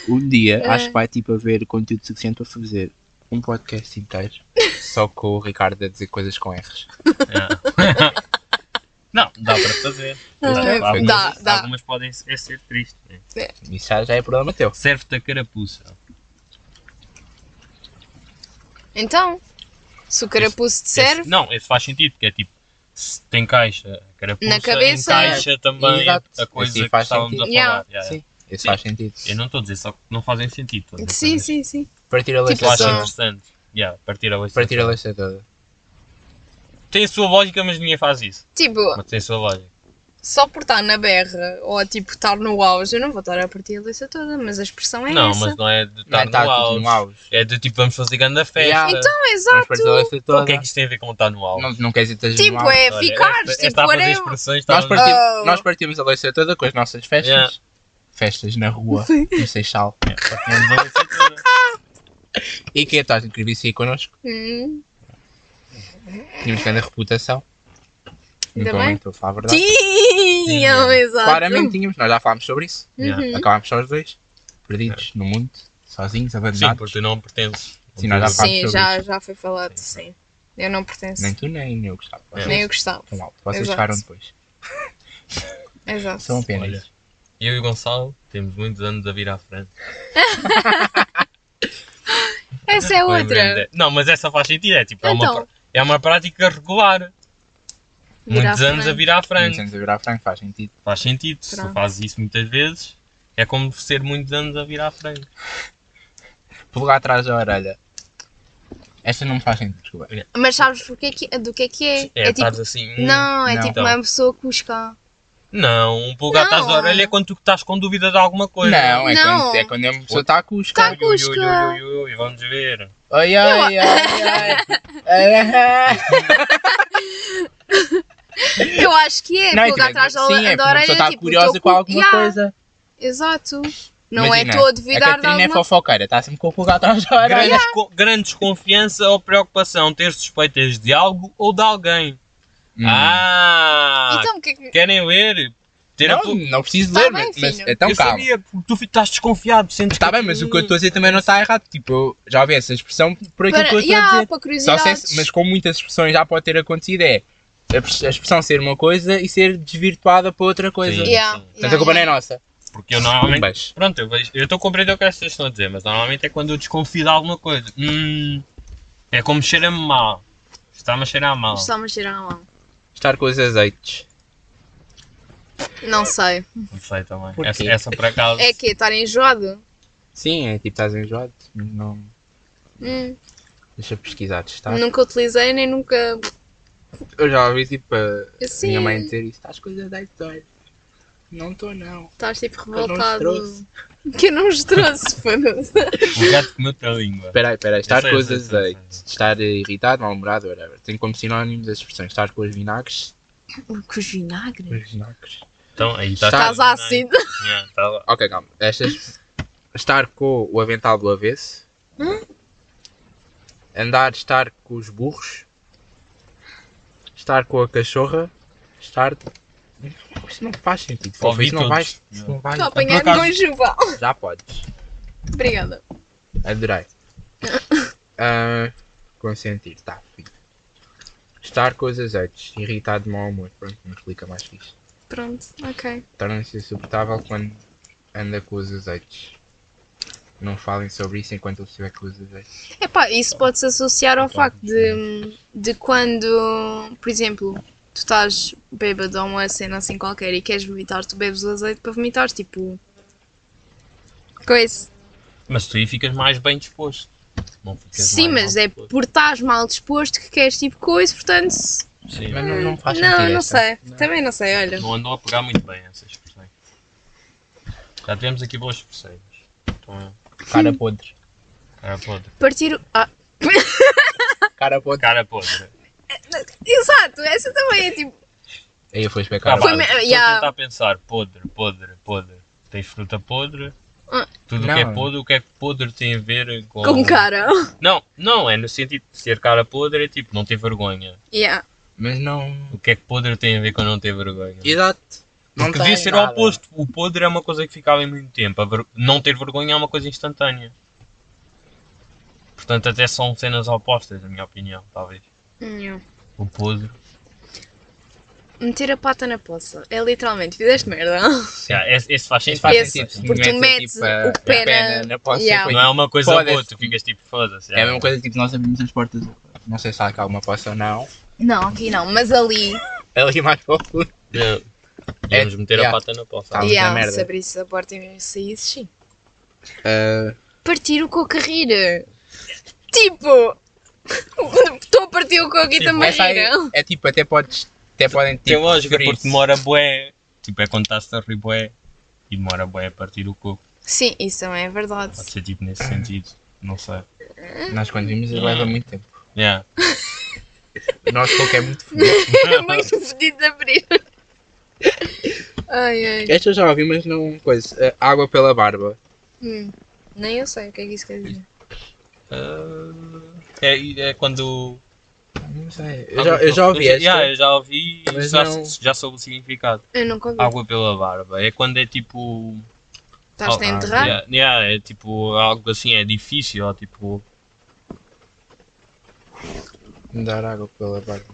Speaker 1: Um dia
Speaker 3: É.
Speaker 1: acho que vai tipo haver conteúdo suficiente para fazer um podcast inteiro só com o Ricardo a dizer coisas com R's.
Speaker 2: Não, dá para fazer.
Speaker 3: É. Dá,
Speaker 2: algumas,
Speaker 3: dá, dá.
Speaker 2: algumas podem ser, ser tristes. né?
Speaker 1: Isso já, já é problema teu.
Speaker 2: Serve-te a carapuça.
Speaker 3: Então, se o carapuço te serve,
Speaker 2: Esse- É, não, esse faz sentido, porque é tipo, se tem caixa, a carapuça,
Speaker 3: Na cabeça- é.
Speaker 2: encaixa também a-
Speaker 1: Exato.
Speaker 2: a coisa
Speaker 1: Assim
Speaker 2: que
Speaker 1: faz
Speaker 2: estávamos
Speaker 1: sentido.
Speaker 2: a falar.
Speaker 3: Yeah.
Speaker 2: Yeah, yeah.
Speaker 1: Sim, isso
Speaker 2: Sim.
Speaker 1: faz sentido.
Speaker 2: Eu não estou a dizer só que não é fazem sentido. estou a dizer
Speaker 3: sim,
Speaker 2: coisas
Speaker 3: sim, sim.
Speaker 1: Partir a
Speaker 2: que
Speaker 1: lista
Speaker 2: Eu
Speaker 3: Tipo
Speaker 2: acho
Speaker 3: só-
Speaker 1: toda.
Speaker 2: interessante. Yeah, partir a lista.
Speaker 1: Partir a lista
Speaker 2: Tá
Speaker 1: toda.
Speaker 2: Tem a sua lógica, mas ninguém faz isso.
Speaker 3: Tipo,
Speaker 2: Mas tem a sua lógica.
Speaker 3: só por estar na berra ou tipo estar no auge, eu não vou estar a partir a lista toda, mas a expressão é
Speaker 2: não,
Speaker 3: essa.
Speaker 2: mas não é de
Speaker 1: Não é
Speaker 2: estar no
Speaker 1: tático, no
Speaker 2: auge.
Speaker 1: auge.
Speaker 2: É de tipo, vamos fazer grande festa.
Speaker 1: Yeah.
Speaker 3: Então,
Speaker 1: Vamos partir a
Speaker 3: exato.
Speaker 1: lista
Speaker 2: O que é
Speaker 1: toda.
Speaker 2: que isto tem a ver com estar no auge?
Speaker 1: Não, não queres ir todas no
Speaker 3: Tipo,
Speaker 1: auge.
Speaker 3: é
Speaker 2: Olha,
Speaker 3: ficares,
Speaker 2: esta-
Speaker 3: tipo,
Speaker 2: esta a fazer
Speaker 3: whatever.
Speaker 2: expressões, está
Speaker 1: Nós
Speaker 2: a-
Speaker 1: partimos,
Speaker 3: Oh.
Speaker 1: nós partimos a lista toda com as nossas festas.
Speaker 2: Yeah.
Speaker 1: Festas na rua, no Seixal.
Speaker 2: Não vou dizer tudo.
Speaker 1: E é que estás incrível aí connosco.
Speaker 3: Hum.
Speaker 1: Tínhamos grande reputação.
Speaker 3: Ainda
Speaker 1: Nunca
Speaker 3: bem.
Speaker 1: muito, a falar a verdade.
Speaker 3: Tinham,
Speaker 2: é.
Speaker 3: exato.
Speaker 1: é Claramente tínhamos, nós já falámos sobre isso.
Speaker 2: Yeah.
Speaker 3: Uhum. É.
Speaker 1: Acabámos só os dois, perdidos no mundo, sozinhos,
Speaker 2: Sim,
Speaker 1: abandonados.
Speaker 2: porque tu não pertences.
Speaker 1: Sim, nós já
Speaker 2: Não
Speaker 1: Falámos
Speaker 3: Sim,
Speaker 1: sobre
Speaker 3: já,
Speaker 1: isso.
Speaker 3: já foi falado, sim. Eu não pertenço.
Speaker 1: nem tu, nem nem eu, Gustavo. Vocês,
Speaker 3: É. Nem eu gostava. É
Speaker 1: estão alto. Vocês
Speaker 3: Exato.
Speaker 1: ficaram depois.
Speaker 3: Exato.
Speaker 1: São
Speaker 2: Olha.
Speaker 1: apenas.
Speaker 2: Eu e o Gonçalo temos muitos anos a vir à frente.
Speaker 3: Essa é
Speaker 2: Lembrei-me
Speaker 3: outra.
Speaker 2: de- um Não, mas essa faz sentido. É, tipo, é, uma,
Speaker 3: Então.
Speaker 2: prá- é uma prática regular.
Speaker 3: Vir à
Speaker 2: muitos anos
Speaker 3: frente.
Speaker 2: a vir à frente.
Speaker 1: Muitos anos a virar franco, faz sentido.
Speaker 2: Faz sentido. Se tu
Speaker 3: Pronto.
Speaker 2: fazes isso muitas vezes, é como ser muitos anos a vir à frente.
Speaker 1: Pulgar atrás da orelha. Esta não me faz sentido, desculpa.
Speaker 3: Mas sabes porquê que, do que é que é?
Speaker 2: É,
Speaker 3: tipo.
Speaker 2: estás assim. hum,
Speaker 3: Não, é
Speaker 1: Não.
Speaker 3: tipo
Speaker 2: Então.
Speaker 3: uma pessoa cusca.
Speaker 2: Não, um pulgar
Speaker 3: Não.
Speaker 2: atrás da orelha é quando tu estás com dúvida de alguma coisa.
Speaker 1: Não, é,
Speaker 3: Não.
Speaker 1: Quando, é quando a pessoa está a cusca.
Speaker 3: Tá a
Speaker 2: Ui, ui, ui,
Speaker 3: Cusca.
Speaker 2: ui, ui, ui, vamos ver.
Speaker 1: Ai, ai, ai, ai. ai.
Speaker 3: Eu acho que é,
Speaker 1: Não,
Speaker 3: porque
Speaker 1: tipo,
Speaker 3: atrás da,
Speaker 1: sim, é
Speaker 3: da
Speaker 1: porque a
Speaker 3: orelha
Speaker 1: pessoa está
Speaker 3: tipo,
Speaker 1: curiosa
Speaker 3: tô
Speaker 1: com
Speaker 3: cu-
Speaker 1: alguma
Speaker 3: Yeah,
Speaker 1: coisa.
Speaker 3: Exato. Não
Speaker 1: Imagina,
Speaker 3: é tu a
Speaker 1: A
Speaker 3: duvidar de
Speaker 1: Catarina é
Speaker 3: alguma
Speaker 1: fofoqueira, está sempre com o pulgar atrás da orelha.
Speaker 2: Grande, desco- grande desconfiança ou preocupação ter suspeitas de algo ou de alguém.
Speaker 1: Hum.
Speaker 2: Ah,
Speaker 3: Então, o que é que.
Speaker 2: querem ver? Ter a
Speaker 1: não,
Speaker 2: pu-
Speaker 1: não preciso
Speaker 3: Tá
Speaker 1: ler,
Speaker 3: bem,
Speaker 1: mas, mas
Speaker 3: filho.
Speaker 1: então
Speaker 2: eu
Speaker 1: calma.
Speaker 2: sabia, porque tu fi- estás desconfiado. Sentes
Speaker 1: Está
Speaker 2: que-
Speaker 1: Tá bem, mas o que eu estou a dizer também não está errado. Tipo, eu já ouvi essa expressão por aquilo
Speaker 3: Para,
Speaker 1: que eu estou
Speaker 3: yeah,
Speaker 1: a dizer.
Speaker 3: para
Speaker 1: Só sem-
Speaker 3: curiosidades.
Speaker 1: mas com muitas expressões já pode ter acontecido é a pers- a expressão ser uma coisa e ser desvirtuada para outra coisa.
Speaker 2: Sim.
Speaker 3: Yeah,
Speaker 2: Portanto,
Speaker 1: Portanto, a culpa não é nossa.
Speaker 2: Porque eu normalmente
Speaker 1: Pumbas.
Speaker 2: Pronto, eu vejo. Eu estou a compreender o que vocês estão a dizer, mas normalmente é quando eu desconfio de alguma coisa. Hum, é como cheira-me mal. Está-me a cheirar mal.
Speaker 3: Está a cheirar a mão.
Speaker 1: Estar com os azeites.
Speaker 3: Não sei.
Speaker 2: Não sei também.
Speaker 1: Por
Speaker 2: Essa,
Speaker 1: quê?
Speaker 2: essa por acaso.
Speaker 3: É que estar enjoado?
Speaker 1: Sim, é tipo, estás enjoado. Não.
Speaker 3: Hum,
Speaker 1: Deixa eu pesquisar, está.
Speaker 3: nunca utilizei, nem nunca.
Speaker 1: Eu já ouvi tipo a
Speaker 3: Assim.
Speaker 1: minha mãe dizer isso. Estás com os azeites, olha. Não estou, não.
Speaker 3: Estás tipo
Speaker 1: não os
Speaker 3: revoltado.
Speaker 1: trouxe.
Speaker 3: Que eu não os trouxe, foda-se.
Speaker 2: O gato comeu-te a língua.
Speaker 1: Espera aí, espera aí. Estar
Speaker 2: sei,
Speaker 1: com
Speaker 2: eu
Speaker 1: os
Speaker 2: sei, eu sei, eu sei.
Speaker 1: azeites. Estar irritado, mal-humorado, whatever. Tem como sinónimos as expressões. Estar com os vinagres.
Speaker 3: Com os vinagres?
Speaker 1: Os vinagres.
Speaker 2: Então, aí está.
Speaker 3: Estás ácido.
Speaker 2: Yeah, tá lá.
Speaker 1: Ok, calma. Estas. Estar com o avental do avesso. Andar, estar com os burros. Estar com a cachorra. Estar. Isto não faz sentido. Fofo,
Speaker 2: Ouvi
Speaker 1: isto não vai.
Speaker 2: todos.
Speaker 1: Isto não vai.
Speaker 3: Estou a apanhar
Speaker 2: acaso-
Speaker 3: conjugal.
Speaker 1: Já podes.
Speaker 3: Obrigada.
Speaker 1: Adorei. Ah, consentir, tá. fica. Estar com os azeites. Irritado de mau humor. Pronto, não explica mais que isto.
Speaker 3: Pronto, ok.
Speaker 1: torna-se insuportável quando anda com os azeites. Não falem sobre isso enquanto ele estiver com os azeites.
Speaker 3: Epá, isso pode-se associar ao
Speaker 1: Então,
Speaker 3: facto de, de quando, por exemplo, tu estás bêbado ou uma cena assim qualquer e queres vomitar, tu bebes o azeite para vomitar, tipo. Coisa.
Speaker 2: Mas tu aí ficas mais bem disposto. Não ficas
Speaker 3: Sim,
Speaker 2: mais
Speaker 3: mas
Speaker 2: mal
Speaker 3: é
Speaker 2: disposto.
Speaker 3: por estás mal disposto que queres tipo coisa, portanto. se-
Speaker 2: Sim.
Speaker 1: Mas não, não faz sentido.
Speaker 3: Hum, Não, não
Speaker 1: esta.
Speaker 3: sei. Também não sei, olha.
Speaker 2: Não andou a pegar muito bem essas expressões. Já tivemos aqui boas expressões. Então, é,
Speaker 1: Cara podre.
Speaker 2: cara podre.
Speaker 3: Partir. o- Ah,
Speaker 1: Cara podre.
Speaker 2: Cara podre.
Speaker 3: exato, essa também é tipo.
Speaker 1: Aí eu fui especar.
Speaker 2: Tá
Speaker 1: Cara
Speaker 3: Foi
Speaker 2: bem,
Speaker 3: me-
Speaker 2: estou
Speaker 3: yeah.
Speaker 2: a tentar pensar, podre, podre, podre. Tem fruta podre,
Speaker 3: Ah.
Speaker 2: tudo o que é
Speaker 1: Não.
Speaker 2: podre, o que é que podre tem a ver com...
Speaker 3: Com cara.
Speaker 2: Não, não, é no sentido de ser cara podre, é tipo, não ter vergonha.
Speaker 3: Yeah.
Speaker 1: Mas não.
Speaker 2: O que é que podre tem a ver com não ter vergonha?
Speaker 1: Exato. Não
Speaker 2: Porque
Speaker 1: tem
Speaker 2: devia ser o
Speaker 1: nada.
Speaker 2: oposto, o podre é uma coisa que ficava em muito tempo, a ver- não ter vergonha é uma coisa instantânea. Portanto, até são cenas opostas, na minha opinião, talvez.
Speaker 3: Não.
Speaker 2: O podre.
Speaker 3: Meter a pata na poça. É literalmente, fizeste merda.
Speaker 2: Yeah, esse, esse faz
Speaker 1: Esse
Speaker 2: sentido.
Speaker 1: faz
Speaker 3: Esse,
Speaker 1: sentido. Se
Speaker 3: porque tu metes
Speaker 1: a-
Speaker 3: o
Speaker 1: a
Speaker 3: pé na-
Speaker 1: na poça.
Speaker 3: Yeah.
Speaker 1: foi-
Speaker 2: Não é uma coisa ou
Speaker 1: Foda-se.
Speaker 2: outra, ficas tipo, foda-se.
Speaker 1: É a
Speaker 2: yeah.
Speaker 1: mesma coisa, tipo, nós abrimos as portas. Não sei se há cá alguma poça ou não.
Speaker 3: Não, aqui não, mas ali.
Speaker 1: Ali mais pouco.
Speaker 2: Não.
Speaker 1: É-
Speaker 2: Íamos meter
Speaker 1: yeah.
Speaker 2: a pata na poça.
Speaker 1: Tá. Estávamos na
Speaker 3: Yeah,
Speaker 1: merda.
Speaker 3: se abrisse a porta e saísse, sim.
Speaker 1: Ah,
Speaker 3: Partir o cocarrir. Tipo, estou a partir o coco e
Speaker 2: Tipo,
Speaker 3: também
Speaker 1: essa aí
Speaker 3: não.
Speaker 1: é tipo, até podes. Até podem tipo,
Speaker 2: Tem lógica,
Speaker 1: referir-se.
Speaker 2: porque demora bué. Tipo, é quando estás a rir bué e demora bué a partir o coco.
Speaker 3: Sim, isso também é verdade.
Speaker 2: Pode ser tipo nesse sentido. Não sei.
Speaker 1: Nós quando vimos leva muito tempo.
Speaker 2: Yeah.
Speaker 1: Nós qualquer muito fodido.
Speaker 2: Ah, tá.
Speaker 3: É muito fodido de abrir. Ai, ai.
Speaker 1: Esta eu já ouvi, mas não coisa. Eh, água pela barba.
Speaker 3: Hum, nem eu sei o que é que isso quer dizer.
Speaker 2: Ah, é, é quando.
Speaker 1: Não sei. Eu já, eu já ouvi
Speaker 2: Eu já, yeah,
Speaker 1: esta.
Speaker 2: eu já ouvi e
Speaker 1: Mas
Speaker 2: já,
Speaker 1: não-
Speaker 2: já soube o significado.
Speaker 3: Eu nunca ouvi.
Speaker 2: Água pela barba. É quando é tipo.
Speaker 3: Estás-te a
Speaker 2: Ah,
Speaker 3: enterrar?
Speaker 2: yeah, yeah, é tipo algo assim, é difícil, ou tipo.
Speaker 1: Dar água pela barba.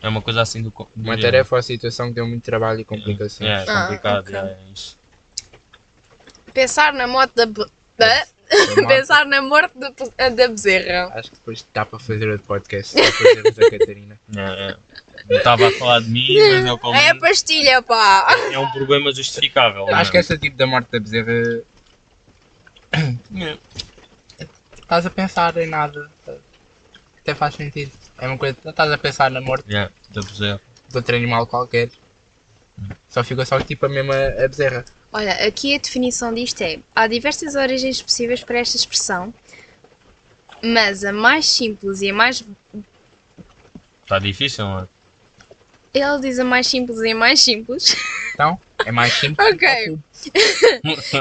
Speaker 2: É uma coisa assim do. co- do
Speaker 1: Uma
Speaker 2: género.
Speaker 1: tarefa assim. ou situação que deu muito trabalho e complicações.
Speaker 2: Yeah, é
Speaker 3: Ah,
Speaker 2: complicado,
Speaker 3: ok.
Speaker 2: yeah, é isso.
Speaker 3: Pensar na moto da. be- da-
Speaker 1: Foi mal.
Speaker 3: Pensar na morte da, pe- eh, da bezerra.
Speaker 1: Acho que depois dá para fazer outro podcast. Só fazermos a Catarina.
Speaker 2: É, é. Não estava a falar de mim, mas eu como.
Speaker 3: É a pastilha, pá!
Speaker 2: É um problema justificável. é?
Speaker 1: Acho
Speaker 2: mesmo.
Speaker 1: que essa tipo da morte da bezerra. Estás a pensar em nada. Até faz sentido. É uma coisa. Estás a pensar na morte.
Speaker 2: então, Yeah, da bezerra.
Speaker 1: de outro animal qualquer. Só ficou só tipo a mesma a bezerra.
Speaker 3: Olha, aqui a definição disto é: há diversas origens possíveis para esta expressão, mas a mais simples e a mais.
Speaker 2: Está difícil, não é?
Speaker 3: Ele diz a mais simples e a mais simples.
Speaker 1: Então, é mais simples.
Speaker 3: Ok.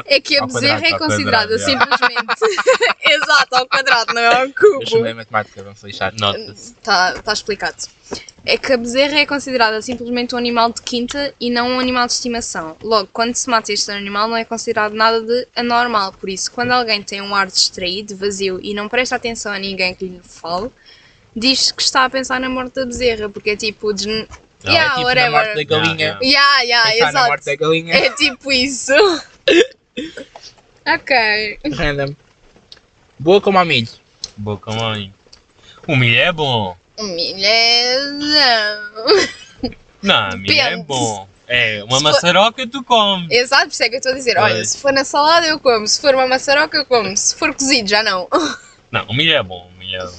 Speaker 3: É que a
Speaker 2: Ao
Speaker 3: bezerra é
Speaker 2: quadrado, ao quadrado,
Speaker 3: considerada simplesmente. Exato, ao quadrado, não é ao
Speaker 1: Eu
Speaker 3: cubo.
Speaker 1: chamei matemática, vamos lixar.
Speaker 2: Nota-se.
Speaker 3: Está tá explicado. É que a bezerra é considerada simplesmente um animal de quinta e não um animal de estimação. Logo, quando se mata este animal, não é considerado nada de anormal. Por isso, quando alguém tem um ar distraído, vazio e não presta atenção a ninguém que lhe fale, diz que está a pensar na morte da bezerra, porque é tipo. Desn...
Speaker 2: Não, é
Speaker 1: É
Speaker 3: yeah,
Speaker 1: tipo na
Speaker 3: whatever.
Speaker 1: morte da galinha.
Speaker 2: Yeah,
Speaker 3: Yeah, yeah,
Speaker 1: Pensar na morte
Speaker 3: Ah, exato.
Speaker 1: da galinha.
Speaker 3: É tipo isso. ok.
Speaker 1: Random. Boa como a milho.
Speaker 2: Boa com a mãe. O milho é bom.
Speaker 3: Humilhação.
Speaker 2: Não, o milho é
Speaker 3: Depende.
Speaker 2: bom. É, uma
Speaker 3: Se for-
Speaker 2: maçaroca tu comes.
Speaker 3: Exato, por isso é que eu estou a dizer: olha,
Speaker 2: Ai.
Speaker 3: se for na salada eu como, se for uma maçaroca eu como, se for cozido já não.
Speaker 2: Não, o milho é bom. O milho é bom.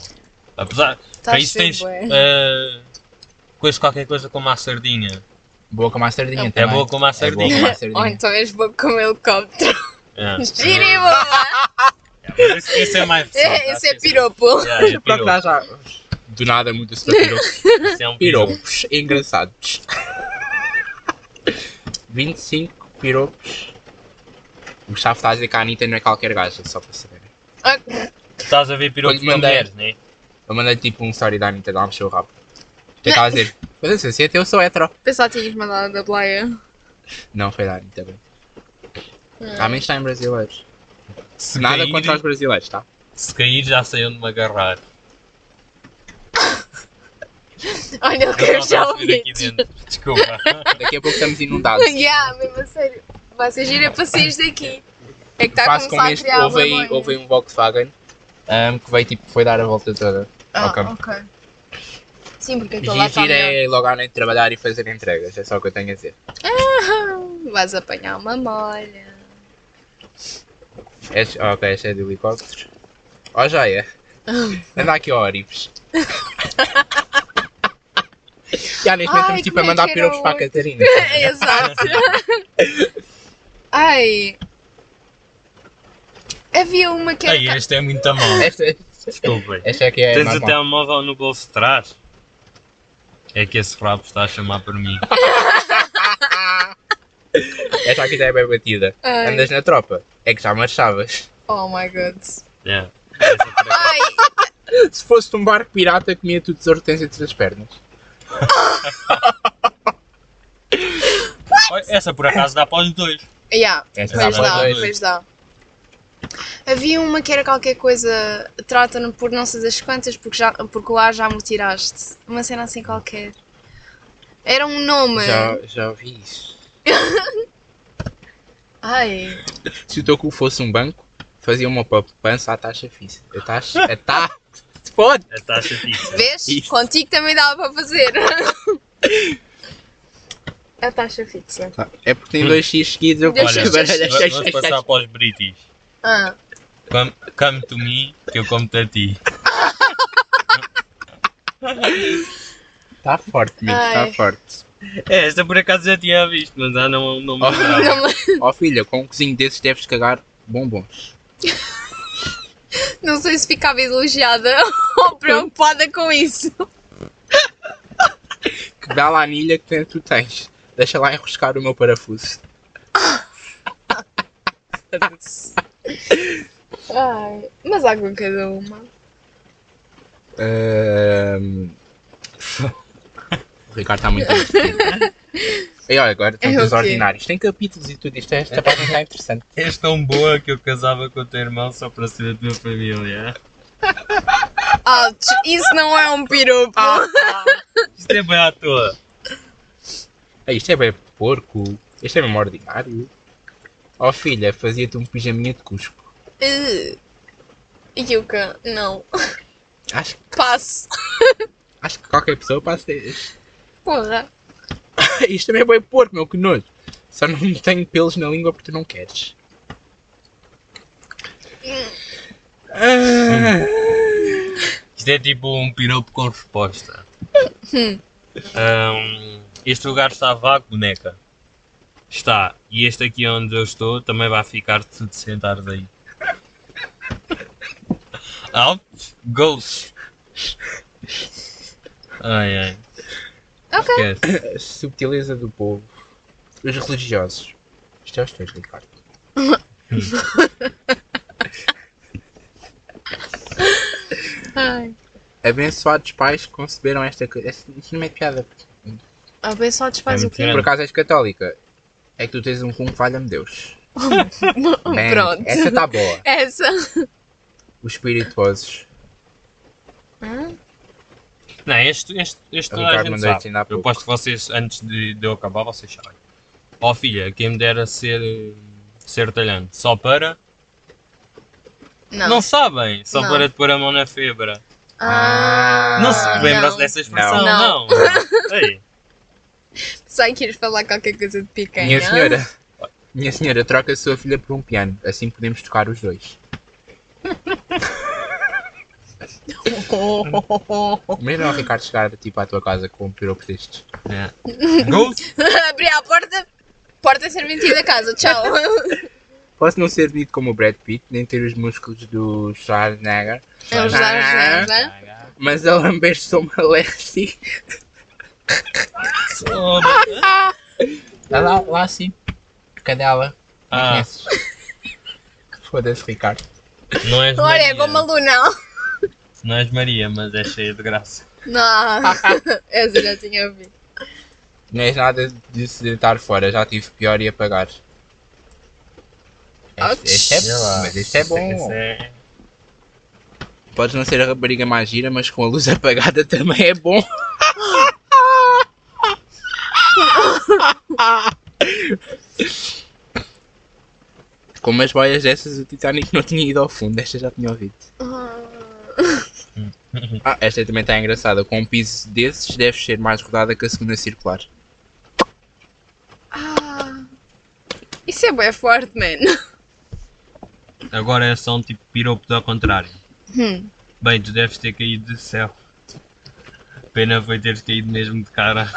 Speaker 2: Apesar.
Speaker 3: Tá
Speaker 2: Para isso
Speaker 3: a ser
Speaker 2: tens.
Speaker 3: bué.
Speaker 2: eh, coisa- qualquer coisa como a sardinha.
Speaker 1: Boa como a sardinha
Speaker 2: É
Speaker 1: também.
Speaker 2: boa como a
Speaker 1: É boa
Speaker 2: sardinha.
Speaker 1: como a
Speaker 3: Ou
Speaker 1: sardinha.
Speaker 3: então és bom como helicóptero.
Speaker 2: É.
Speaker 3: Gira e boa!
Speaker 2: É, mas esse, esse é mais pesado,
Speaker 3: É,
Speaker 2: acho
Speaker 3: Esse é
Speaker 2: que
Speaker 3: piropo.
Speaker 2: Yeah, é
Speaker 1: Deixa eu procurar
Speaker 2: piropo.
Speaker 1: já. Do nada muda-se para piropos.
Speaker 2: Esse é um piropo.
Speaker 1: Piropos engraçados. 25 piropos. O Gustavo está a dizer que a Anitta não é qualquer gaja, só para saber.
Speaker 3: Ah,
Speaker 2: Estás a ver piropos
Speaker 1: Quando
Speaker 2: para
Speaker 1: mandei-
Speaker 2: mulheres, né?
Speaker 1: Eu mandei tipo um story da Anitta, dá um show rápido. Eu estava a dizer, mas eu sei se é teu, eu sou hetero.
Speaker 3: Pensava que tinhas mandado da Blaia.
Speaker 1: Não, foi da Anitta. bem.
Speaker 3: Hum.
Speaker 1: Há menos está em brasileiros.
Speaker 2: Se
Speaker 1: Nada
Speaker 2: cair,
Speaker 1: contra os brasileiros, tá?
Speaker 2: se cair já sei onde me agarrar.
Speaker 3: Olha, eu
Speaker 2: Não
Speaker 3: quero
Speaker 2: dá
Speaker 3: já
Speaker 2: pra subir
Speaker 3: ouvir.
Speaker 2: aqui dentro. Desculpa.
Speaker 1: Daqui a pouco estamos inundados.
Speaker 3: Yeah, mesmo a sério. Vai ser gira para sair daqui. É que está a
Speaker 1: Faço como
Speaker 3: começar a
Speaker 1: este,
Speaker 3: criar
Speaker 1: houve aí,
Speaker 3: vergonha.
Speaker 1: houve aí um Volkswagen ahm, que veio tipo, foi dar a volta toda.
Speaker 3: Ah,
Speaker 1: Ok.
Speaker 3: ok. Sim, porque aquilo lá está
Speaker 1: Giro
Speaker 3: melhor.
Speaker 1: é logo à noite trabalhar e fazer entregas, é só o que eu tenho a dizer.
Speaker 3: Ah, Vais apanhar uma molha.
Speaker 1: Este, ok, este é de helicóptero. Ó já é. Anda aqui ao Oribes. Já neste momento
Speaker 3: Ai,
Speaker 1: estamos tipo a
Speaker 3: como é
Speaker 1: mandar
Speaker 3: que era
Speaker 1: piropos
Speaker 3: o
Speaker 1: para a
Speaker 3: outro?
Speaker 1: Catarina.
Speaker 3: Exato. Ai. Havia uma que
Speaker 2: Ei,
Speaker 3: era.
Speaker 2: este é muito mal.
Speaker 1: esta,
Speaker 2: Desculpa.
Speaker 1: esta é que é
Speaker 2: Tens o
Speaker 1: normal.
Speaker 2: telemóvel no bolso de trás? É que esse rabo está a chamar para mim.
Speaker 1: Esta aqui já é bem batida.
Speaker 3: Ai.
Speaker 1: Andas na tropa. É que já marchavas.
Speaker 3: Oh my god.
Speaker 2: É. Essa por acaso.
Speaker 3: Ai,
Speaker 1: Se fosse um barco pirata, comia-te o tesouro que tens entre as pernas.
Speaker 2: Olha, Essa por acaso dá para os dois.
Speaker 3: yeah.
Speaker 1: Esta
Speaker 3: Pois
Speaker 2: dá para
Speaker 3: dá,
Speaker 2: dois.
Speaker 3: pois dá. Havia uma que era qualquer coisa, trata-me por não sei das quantas, porque, já, porque lá já me tiraste. Uma cena assim qualquer. Era um nome.
Speaker 1: Já, já ouvi isso.
Speaker 3: Ai.
Speaker 1: Se o teu cu fosse um banco, fazia uma poupança à taxa fixa. A taxa. A ta... Pode!
Speaker 2: A É taxa fixa.
Speaker 3: Vês?
Speaker 1: Isto.
Speaker 3: Contigo também dava para fazer. A taxa fixa.
Speaker 1: É porque tem dois X seguidos, eu
Speaker 3: Olha,
Speaker 1: posso que baralho.
Speaker 2: va- Vamos passar para os britis.
Speaker 3: Ah.
Speaker 2: Come, come to me, que eu como-te a ti.
Speaker 1: Está forte, amigo,
Speaker 3: Ai.
Speaker 1: está Tá forte.
Speaker 2: É, esta por acaso já tinha visto, mas já não, não me
Speaker 1: Oh.
Speaker 2: lembrava.
Speaker 3: Não,
Speaker 1: Ó filha, com um cozinho desses deves cagar bombons.
Speaker 3: não sei se ficava elogiada ou preocupada com isso.
Speaker 1: Que dá lá a anilha que tu tens. Deixa lá enroscar o meu parafuso.
Speaker 3: Ai, mas há com cada uma.
Speaker 1: Ahm. O Ricardo está muito divertido. E olha, agora estamos
Speaker 3: É o
Speaker 1: os
Speaker 3: quê?
Speaker 1: ordinários. Tem capítulos e tudo. Isto é, esta parte está interessante.
Speaker 2: És é tão boa que eu casava com o teu irmão só para ser da tua família. é?
Speaker 3: Altos, isso não é um piropo. Ah.
Speaker 2: Isto é bem à toa.
Speaker 1: Ah, isto é bem porco. Isto é mesmo ordinário. Ó filha, fazia-te um pijaminha de cusco.
Speaker 3: Uh, Yuka, não.
Speaker 1: Acho,
Speaker 3: Passo.
Speaker 1: acho que qualquer pessoa passa isto.
Speaker 3: Porra.
Speaker 1: Isto também é bem porco, meu, que nojo. Só não tenho pelos na língua porque tu não queres. Ah. Ah,
Speaker 2: Isto é tipo um piropo com resposta. Ahm, este lugar está vago, boneca. Está. E este aqui onde eu estou também vai ficar se te sentares aí. Out goes. Ai ai.
Speaker 3: Ok.
Speaker 2: Esquece.
Speaker 1: A subtileza do povo. Os religiosos. Isto é os teus, Ricardo.
Speaker 3: Ai.
Speaker 1: Abençoados pais que conceberam esta coisa. Isto não é piada.
Speaker 3: Abençoados pais,
Speaker 2: É
Speaker 3: o
Speaker 2: muito
Speaker 3: quê?
Speaker 2: grande.
Speaker 1: Por acaso és católica. É que tu tens um rumo, falha-me Deus. Bem,
Speaker 3: Oh, Pronto.
Speaker 1: Essa está boa.
Speaker 3: Essa.
Speaker 1: Os espirituosos.
Speaker 2: Não, este, este, este
Speaker 1: O
Speaker 2: toda Ah, a
Speaker 1: Ricardo
Speaker 2: gente
Speaker 1: mandou isto
Speaker 2: sabe.
Speaker 1: ainda há
Speaker 2: Eu
Speaker 1: pouco.
Speaker 2: aposto que vocês, antes de, de eu acabar, vocês sabem. Oh filha, quem me dera ser, eh, ser talhante. Só para. Não,
Speaker 3: Não.
Speaker 2: sabem! Só
Speaker 3: Não.
Speaker 2: para te pôr a mão na febra.
Speaker 3: Ah,
Speaker 2: não se
Speaker 1: Ah,
Speaker 2: lembram
Speaker 3: não.
Speaker 2: dessa expressão,
Speaker 3: Não.
Speaker 2: não. Ei,
Speaker 3: Sei que ias falar qualquer coisa de picanha.
Speaker 1: Minha senhora. Minha senhora, troca a sua filha por um piano. Assim podemos tocar os dois. Mas não, Ricardo, chegar tipo à tua casa com um piropo destes.
Speaker 2: é. Go
Speaker 3: Abri a porta. Porta serventia da casa, tchau.
Speaker 1: Posso não ser bonito como o Brad Pitt, nem ter os músculos do Schwarzenegger,
Speaker 3: Vamos lá, vamos lá.
Speaker 1: mas a lamber sou uma leste.
Speaker 3: Ah.
Speaker 1: Ah, Lá, lá sim. Cadela.
Speaker 2: Ah,
Speaker 1: Conheces? Foda-se, Ricardo.
Speaker 2: não és
Speaker 3: Olha, é
Speaker 2: Maria.
Speaker 3: bom não.
Speaker 2: Não és Maria, mas é cheia de graça.
Speaker 3: Não, Ah, essa já tinha ouvido.
Speaker 1: Não és nada de se deitar fora, já tive pior e a pagar. Este, este é,
Speaker 2: Sei lá.
Speaker 1: mas este é bom.
Speaker 2: Esse é-
Speaker 1: Podes não ser a rapariga mais gira, mas com a luz apagada também é bom. Com umas boias dessas, o Titanic não tinha ido ao fundo. Esta já tinha ouvido. Ah, esta também está engraçada. Com um piso desses, deve ser mais rodada que a segunda circular.
Speaker 3: Ah. Isso é bem forte, man.
Speaker 2: Agora é só um tipo piropo ao contrário.
Speaker 3: Hum.
Speaker 2: Bem, tu deves ter caído do céu. Pena foi teres caído mesmo de cara.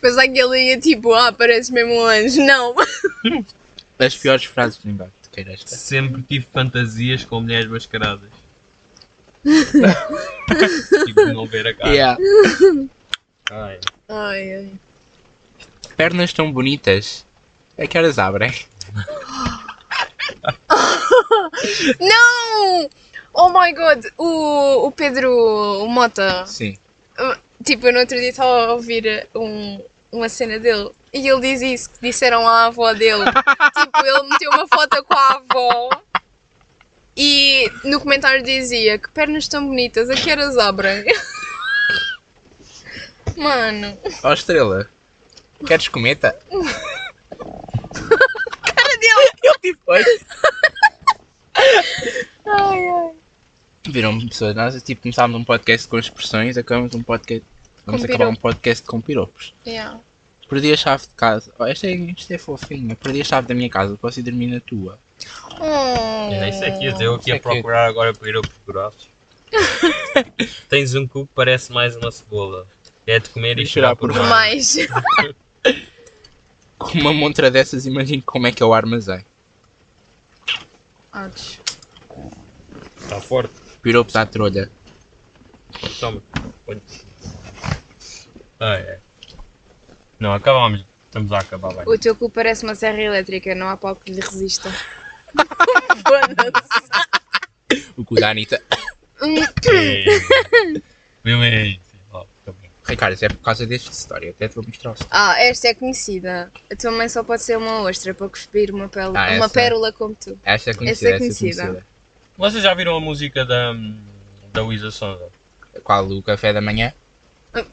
Speaker 3: Pensar que ele ia tipo, ah, parece mesmo um anjo. Não.
Speaker 1: Das piores frases do Zimbabwe, que era esta.
Speaker 2: Sempre tive fantasias com mulheres mascaradas. tipo, não ver a cara.
Speaker 1: Yeah.
Speaker 2: Ai.
Speaker 3: Ai, ai.
Speaker 1: Pernas tão bonitas. É que horas abrem?
Speaker 3: Não! Oh my god, o, o Pedro o Mota,
Speaker 1: Sim.
Speaker 3: tipo, eu no outro dia estava a ouvir um, uma cena dele e ele diz isso, que disseram à avó dele. tipo, ele meteu uma foto com a avó e no comentário dizia que pernas tão bonitas, a que horas abrem? Mano,
Speaker 1: Ó estrela, queres cometa?
Speaker 3: cara dele!
Speaker 1: Eu tipo, oi.
Speaker 3: Ai, ai.
Speaker 1: Viram pessoas, nós tipo começámos um podcast com expressões, acabamos um podcast. Vamos
Speaker 3: Com
Speaker 1: acabar um
Speaker 3: piropo.
Speaker 1: podcast com piropos.
Speaker 3: Yeah.
Speaker 1: Perdi a chave de casa. Oh, esta, é, esta é fofinha. Perdi a chave da minha casa, posso ir dormir na tua.
Speaker 3: Oh.
Speaker 2: É isso aqui, eu aqui
Speaker 1: Isso é
Speaker 2: a
Speaker 1: que-
Speaker 2: procurar agora piropos grossos. Tens um cu que parece mais uma cebola. É de comer e, chorar
Speaker 3: Oh.
Speaker 2: por mais.
Speaker 3: Mais.
Speaker 1: Com uma montra dessas, imagino como é que é o armazém.
Speaker 2: Está Tá forte.
Speaker 1: Piropos à trolha.
Speaker 2: Toma. Põe-te. Ah, é. Não, acabamos. Estamos a acabar bem.
Speaker 3: O teu cu parece uma serra elétrica, não há pau que lhe resista. Foda-se.
Speaker 1: O cu da Anitta.
Speaker 3: Um
Speaker 2: É. Viu aí? Ó, tá bem.
Speaker 1: Ricardo, isso é por causa deste história. Até te vou mostrar o
Speaker 3: Ah, esta é conhecida. A tua mãe só pode ser uma ostra para cuspir uma, pele-
Speaker 1: Ah,
Speaker 3: uma
Speaker 1: essa.
Speaker 3: pérola como tu.
Speaker 1: Esta é conhecida,
Speaker 3: Essa é
Speaker 1: essa é conhecida.
Speaker 3: conhecida.
Speaker 2: Vocês já viram a música da, da Luísa Sonda?
Speaker 1: Qual o café da manhã?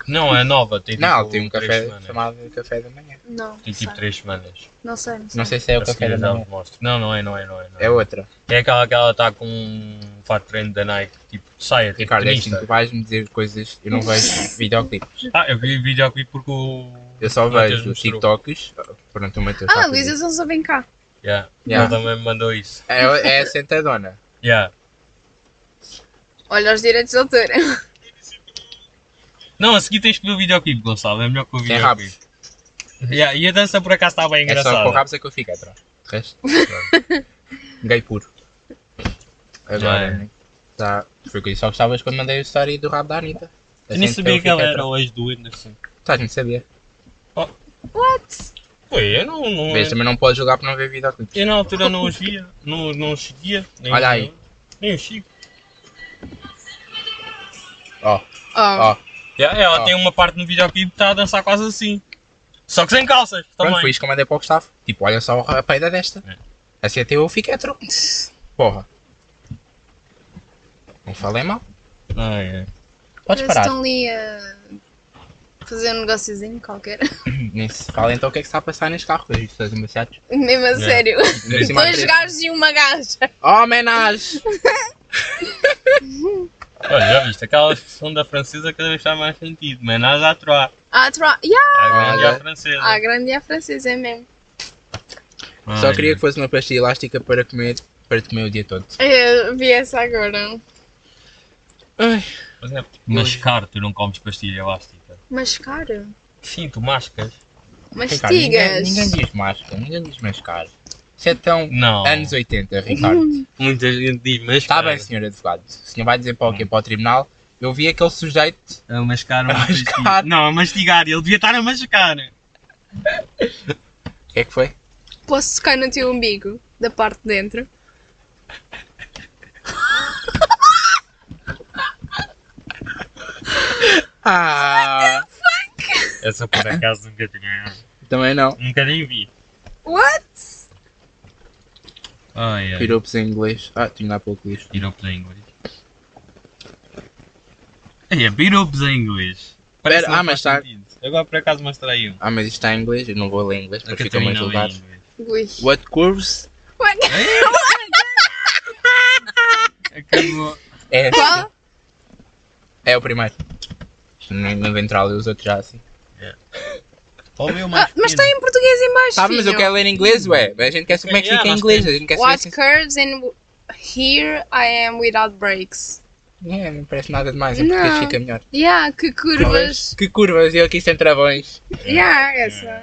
Speaker 2: Não, é nova. Tem
Speaker 1: não,
Speaker 2: tipo
Speaker 1: tem um
Speaker 2: três
Speaker 1: café
Speaker 2: semanas.
Speaker 1: chamado Café da Manhã.
Speaker 3: Não,
Speaker 2: Tem tipo 3 semanas.
Speaker 3: não sei. Não sei.
Speaker 1: Não sei se é o
Speaker 2: A
Speaker 1: café da
Speaker 2: seguir já
Speaker 1: manhã.
Speaker 2: vos mostro. Não, não é, não é, não é. Não
Speaker 1: É outra.
Speaker 2: É aquela que ela está com um fato de treino da Nike, tipo, saia, tipo,
Speaker 1: Ricardo, é assim, tu
Speaker 2: tenista.
Speaker 1: vais-me dizer coisas. Eu não vejo videoclipes.
Speaker 2: Ah, eu vi o vídeo aqui porque o...
Speaker 1: Eu só
Speaker 2: o Mateus
Speaker 1: vejo
Speaker 2: mostrou.
Speaker 1: TikToks. Pronto, o Mateus.
Speaker 3: Ah,
Speaker 1: já
Speaker 3: a Luísa
Speaker 1: pediu.
Speaker 3: Sousa vem cá.
Speaker 2: Yeah.
Speaker 1: Yeah.
Speaker 2: Ele também me mandou isso.
Speaker 1: É, é a sentadona.
Speaker 2: Yeah.
Speaker 3: Olha os direitos de autor.
Speaker 2: Não, a seguir tens que ver o videoclipe, Gonçalo. É melhor que o
Speaker 1: Tem
Speaker 2: videoclipe.
Speaker 1: rabos.
Speaker 2: Yeah, e a dança por acaso está bem
Speaker 1: É só com
Speaker 2: engraçada.
Speaker 1: rabos é que eu fico atrás. De resto, pronto. gay puro. Agora,
Speaker 2: Já é.
Speaker 1: né? tá. Foi o que eu disse ao Gustavo hoje quando mandei o story do rabo da Anitta.
Speaker 2: eu nem
Speaker 1: Assim,
Speaker 2: sabia que
Speaker 1: fico
Speaker 2: ela
Speaker 1: hétero.
Speaker 2: era assim. o ex-do Anderson.
Speaker 1: Estás nem sabia.
Speaker 2: Pô, eu não. não é.
Speaker 1: Vês, também não podes julgar por não ver videoclipe.
Speaker 2: eu na altura não os via, não, não os seguia. nem-
Speaker 1: Olha aí.
Speaker 2: Nem os sigo.
Speaker 1: Ó,
Speaker 3: Oh.
Speaker 1: ó.
Speaker 2: Yeah, ela
Speaker 1: Ah.
Speaker 2: tem uma parte no videoclipe que está a dançar quase assim. Só que sem calças
Speaker 1: Pronto,
Speaker 2: também.
Speaker 1: foi isto que eu mandei para o Gustavo. Tipo, olha só a peida desta.
Speaker 2: É.
Speaker 1: Assim até eu fico hétero. Porra. Não falei mal.
Speaker 2: Ah, é.
Speaker 1: Podes
Speaker 3: Parece que
Speaker 1: parar.
Speaker 2: então-
Speaker 3: estão ali a fazer um negóciozinho qualquer.
Speaker 1: Nem se fala então o que é que está a passar neste carro. Os dois embaciados.
Speaker 3: Mesmo a
Speaker 2: Yeah.
Speaker 3: sério.
Speaker 1: Ainda por cima há
Speaker 3: Dois
Speaker 1: É. três.
Speaker 3: gajos e uma gaja.
Speaker 1: Oh, Homenagem!
Speaker 2: Olha, já viste? Aquela expressão da francesa cada vez faz mais sentido. Mas nada a troar.
Speaker 3: Ah, tra... yeah.
Speaker 2: A grande
Speaker 1: Olha.
Speaker 2: à francesa.
Speaker 3: ah, grande é a francesa, é mesmo.
Speaker 1: Só queria que fosse uma pastilha elástica para comer, para comer o dia todo.
Speaker 3: Eu vi essa agora.
Speaker 1: Ai,
Speaker 2: Mas, é, mascar, tu não comes pastilha elástica.
Speaker 3: Mas cara,
Speaker 2: Sim, tu mascas.
Speaker 1: Ricardo, ninguém,
Speaker 3: mastigas.
Speaker 1: ninguém diz máscara, ninguém diz mascar. Isso é tão
Speaker 2: Não. Tá
Speaker 1: anos 80, Ricardo.
Speaker 2: Muita gente diz
Speaker 1: Está
Speaker 2: mascar.
Speaker 1: bem, senhor advogado. O senhor vai dizer para o quê?
Speaker 2: Hum.
Speaker 1: Para o tribunal? Eu vi aquele sujeito.
Speaker 2: A mascar uma
Speaker 1: A
Speaker 2: pastilha.
Speaker 1: mascar.
Speaker 2: Não, a mastigar. Ele devia estar a mascar.
Speaker 1: O que é que foi?
Speaker 3: Posso tocar no teu umbigo, da parte de dentro?
Speaker 1: Ah!
Speaker 2: Essa por acaso nunca tinha.
Speaker 1: Também não.
Speaker 2: Nunca nem vi.
Speaker 3: What?
Speaker 2: Ai, ai.
Speaker 1: Piropos em inglês. Ah, tinha há pouco isto.
Speaker 2: Piropos em inglês. Ai, É, piropos em inglês.
Speaker 1: Pera,
Speaker 2: que não
Speaker 1: ah, mas tá-
Speaker 2: faz sentido. Agora por acaso mostrei um.
Speaker 1: Ah, mas isto está em inglês. Eu não vou ler em inglês
Speaker 2: A
Speaker 1: porque fica mais
Speaker 2: Catarina lê em
Speaker 1: julgado.
Speaker 2: inglês.
Speaker 3: Ui.
Speaker 1: What curves?
Speaker 3: What?
Speaker 2: Acabou.
Speaker 1: É,
Speaker 3: Qual?
Speaker 1: é o primeiro. Não não vou entrar ali os outros já assim.
Speaker 2: Qual é o mais
Speaker 3: Ah, mas
Speaker 2: pequeno?
Speaker 3: está em português em baixo,
Speaker 1: Tá, mas eu
Speaker 3: filho.
Speaker 1: quero ler em inglês, ué. A gente quer saber como é que
Speaker 2: Yeah,
Speaker 1: fica em
Speaker 2: nós
Speaker 1: inglês. A
Speaker 2: temos.
Speaker 1: gente quer saber
Speaker 3: What
Speaker 1: se-
Speaker 3: curves and w- here I am without breaks.
Speaker 1: É, não parece nada demais, é porque
Speaker 3: Não.
Speaker 1: fica melhor.
Speaker 3: Yeah, que curvas.
Speaker 1: Que curvas, eu aqui sem travões.
Speaker 3: Yeah, essa.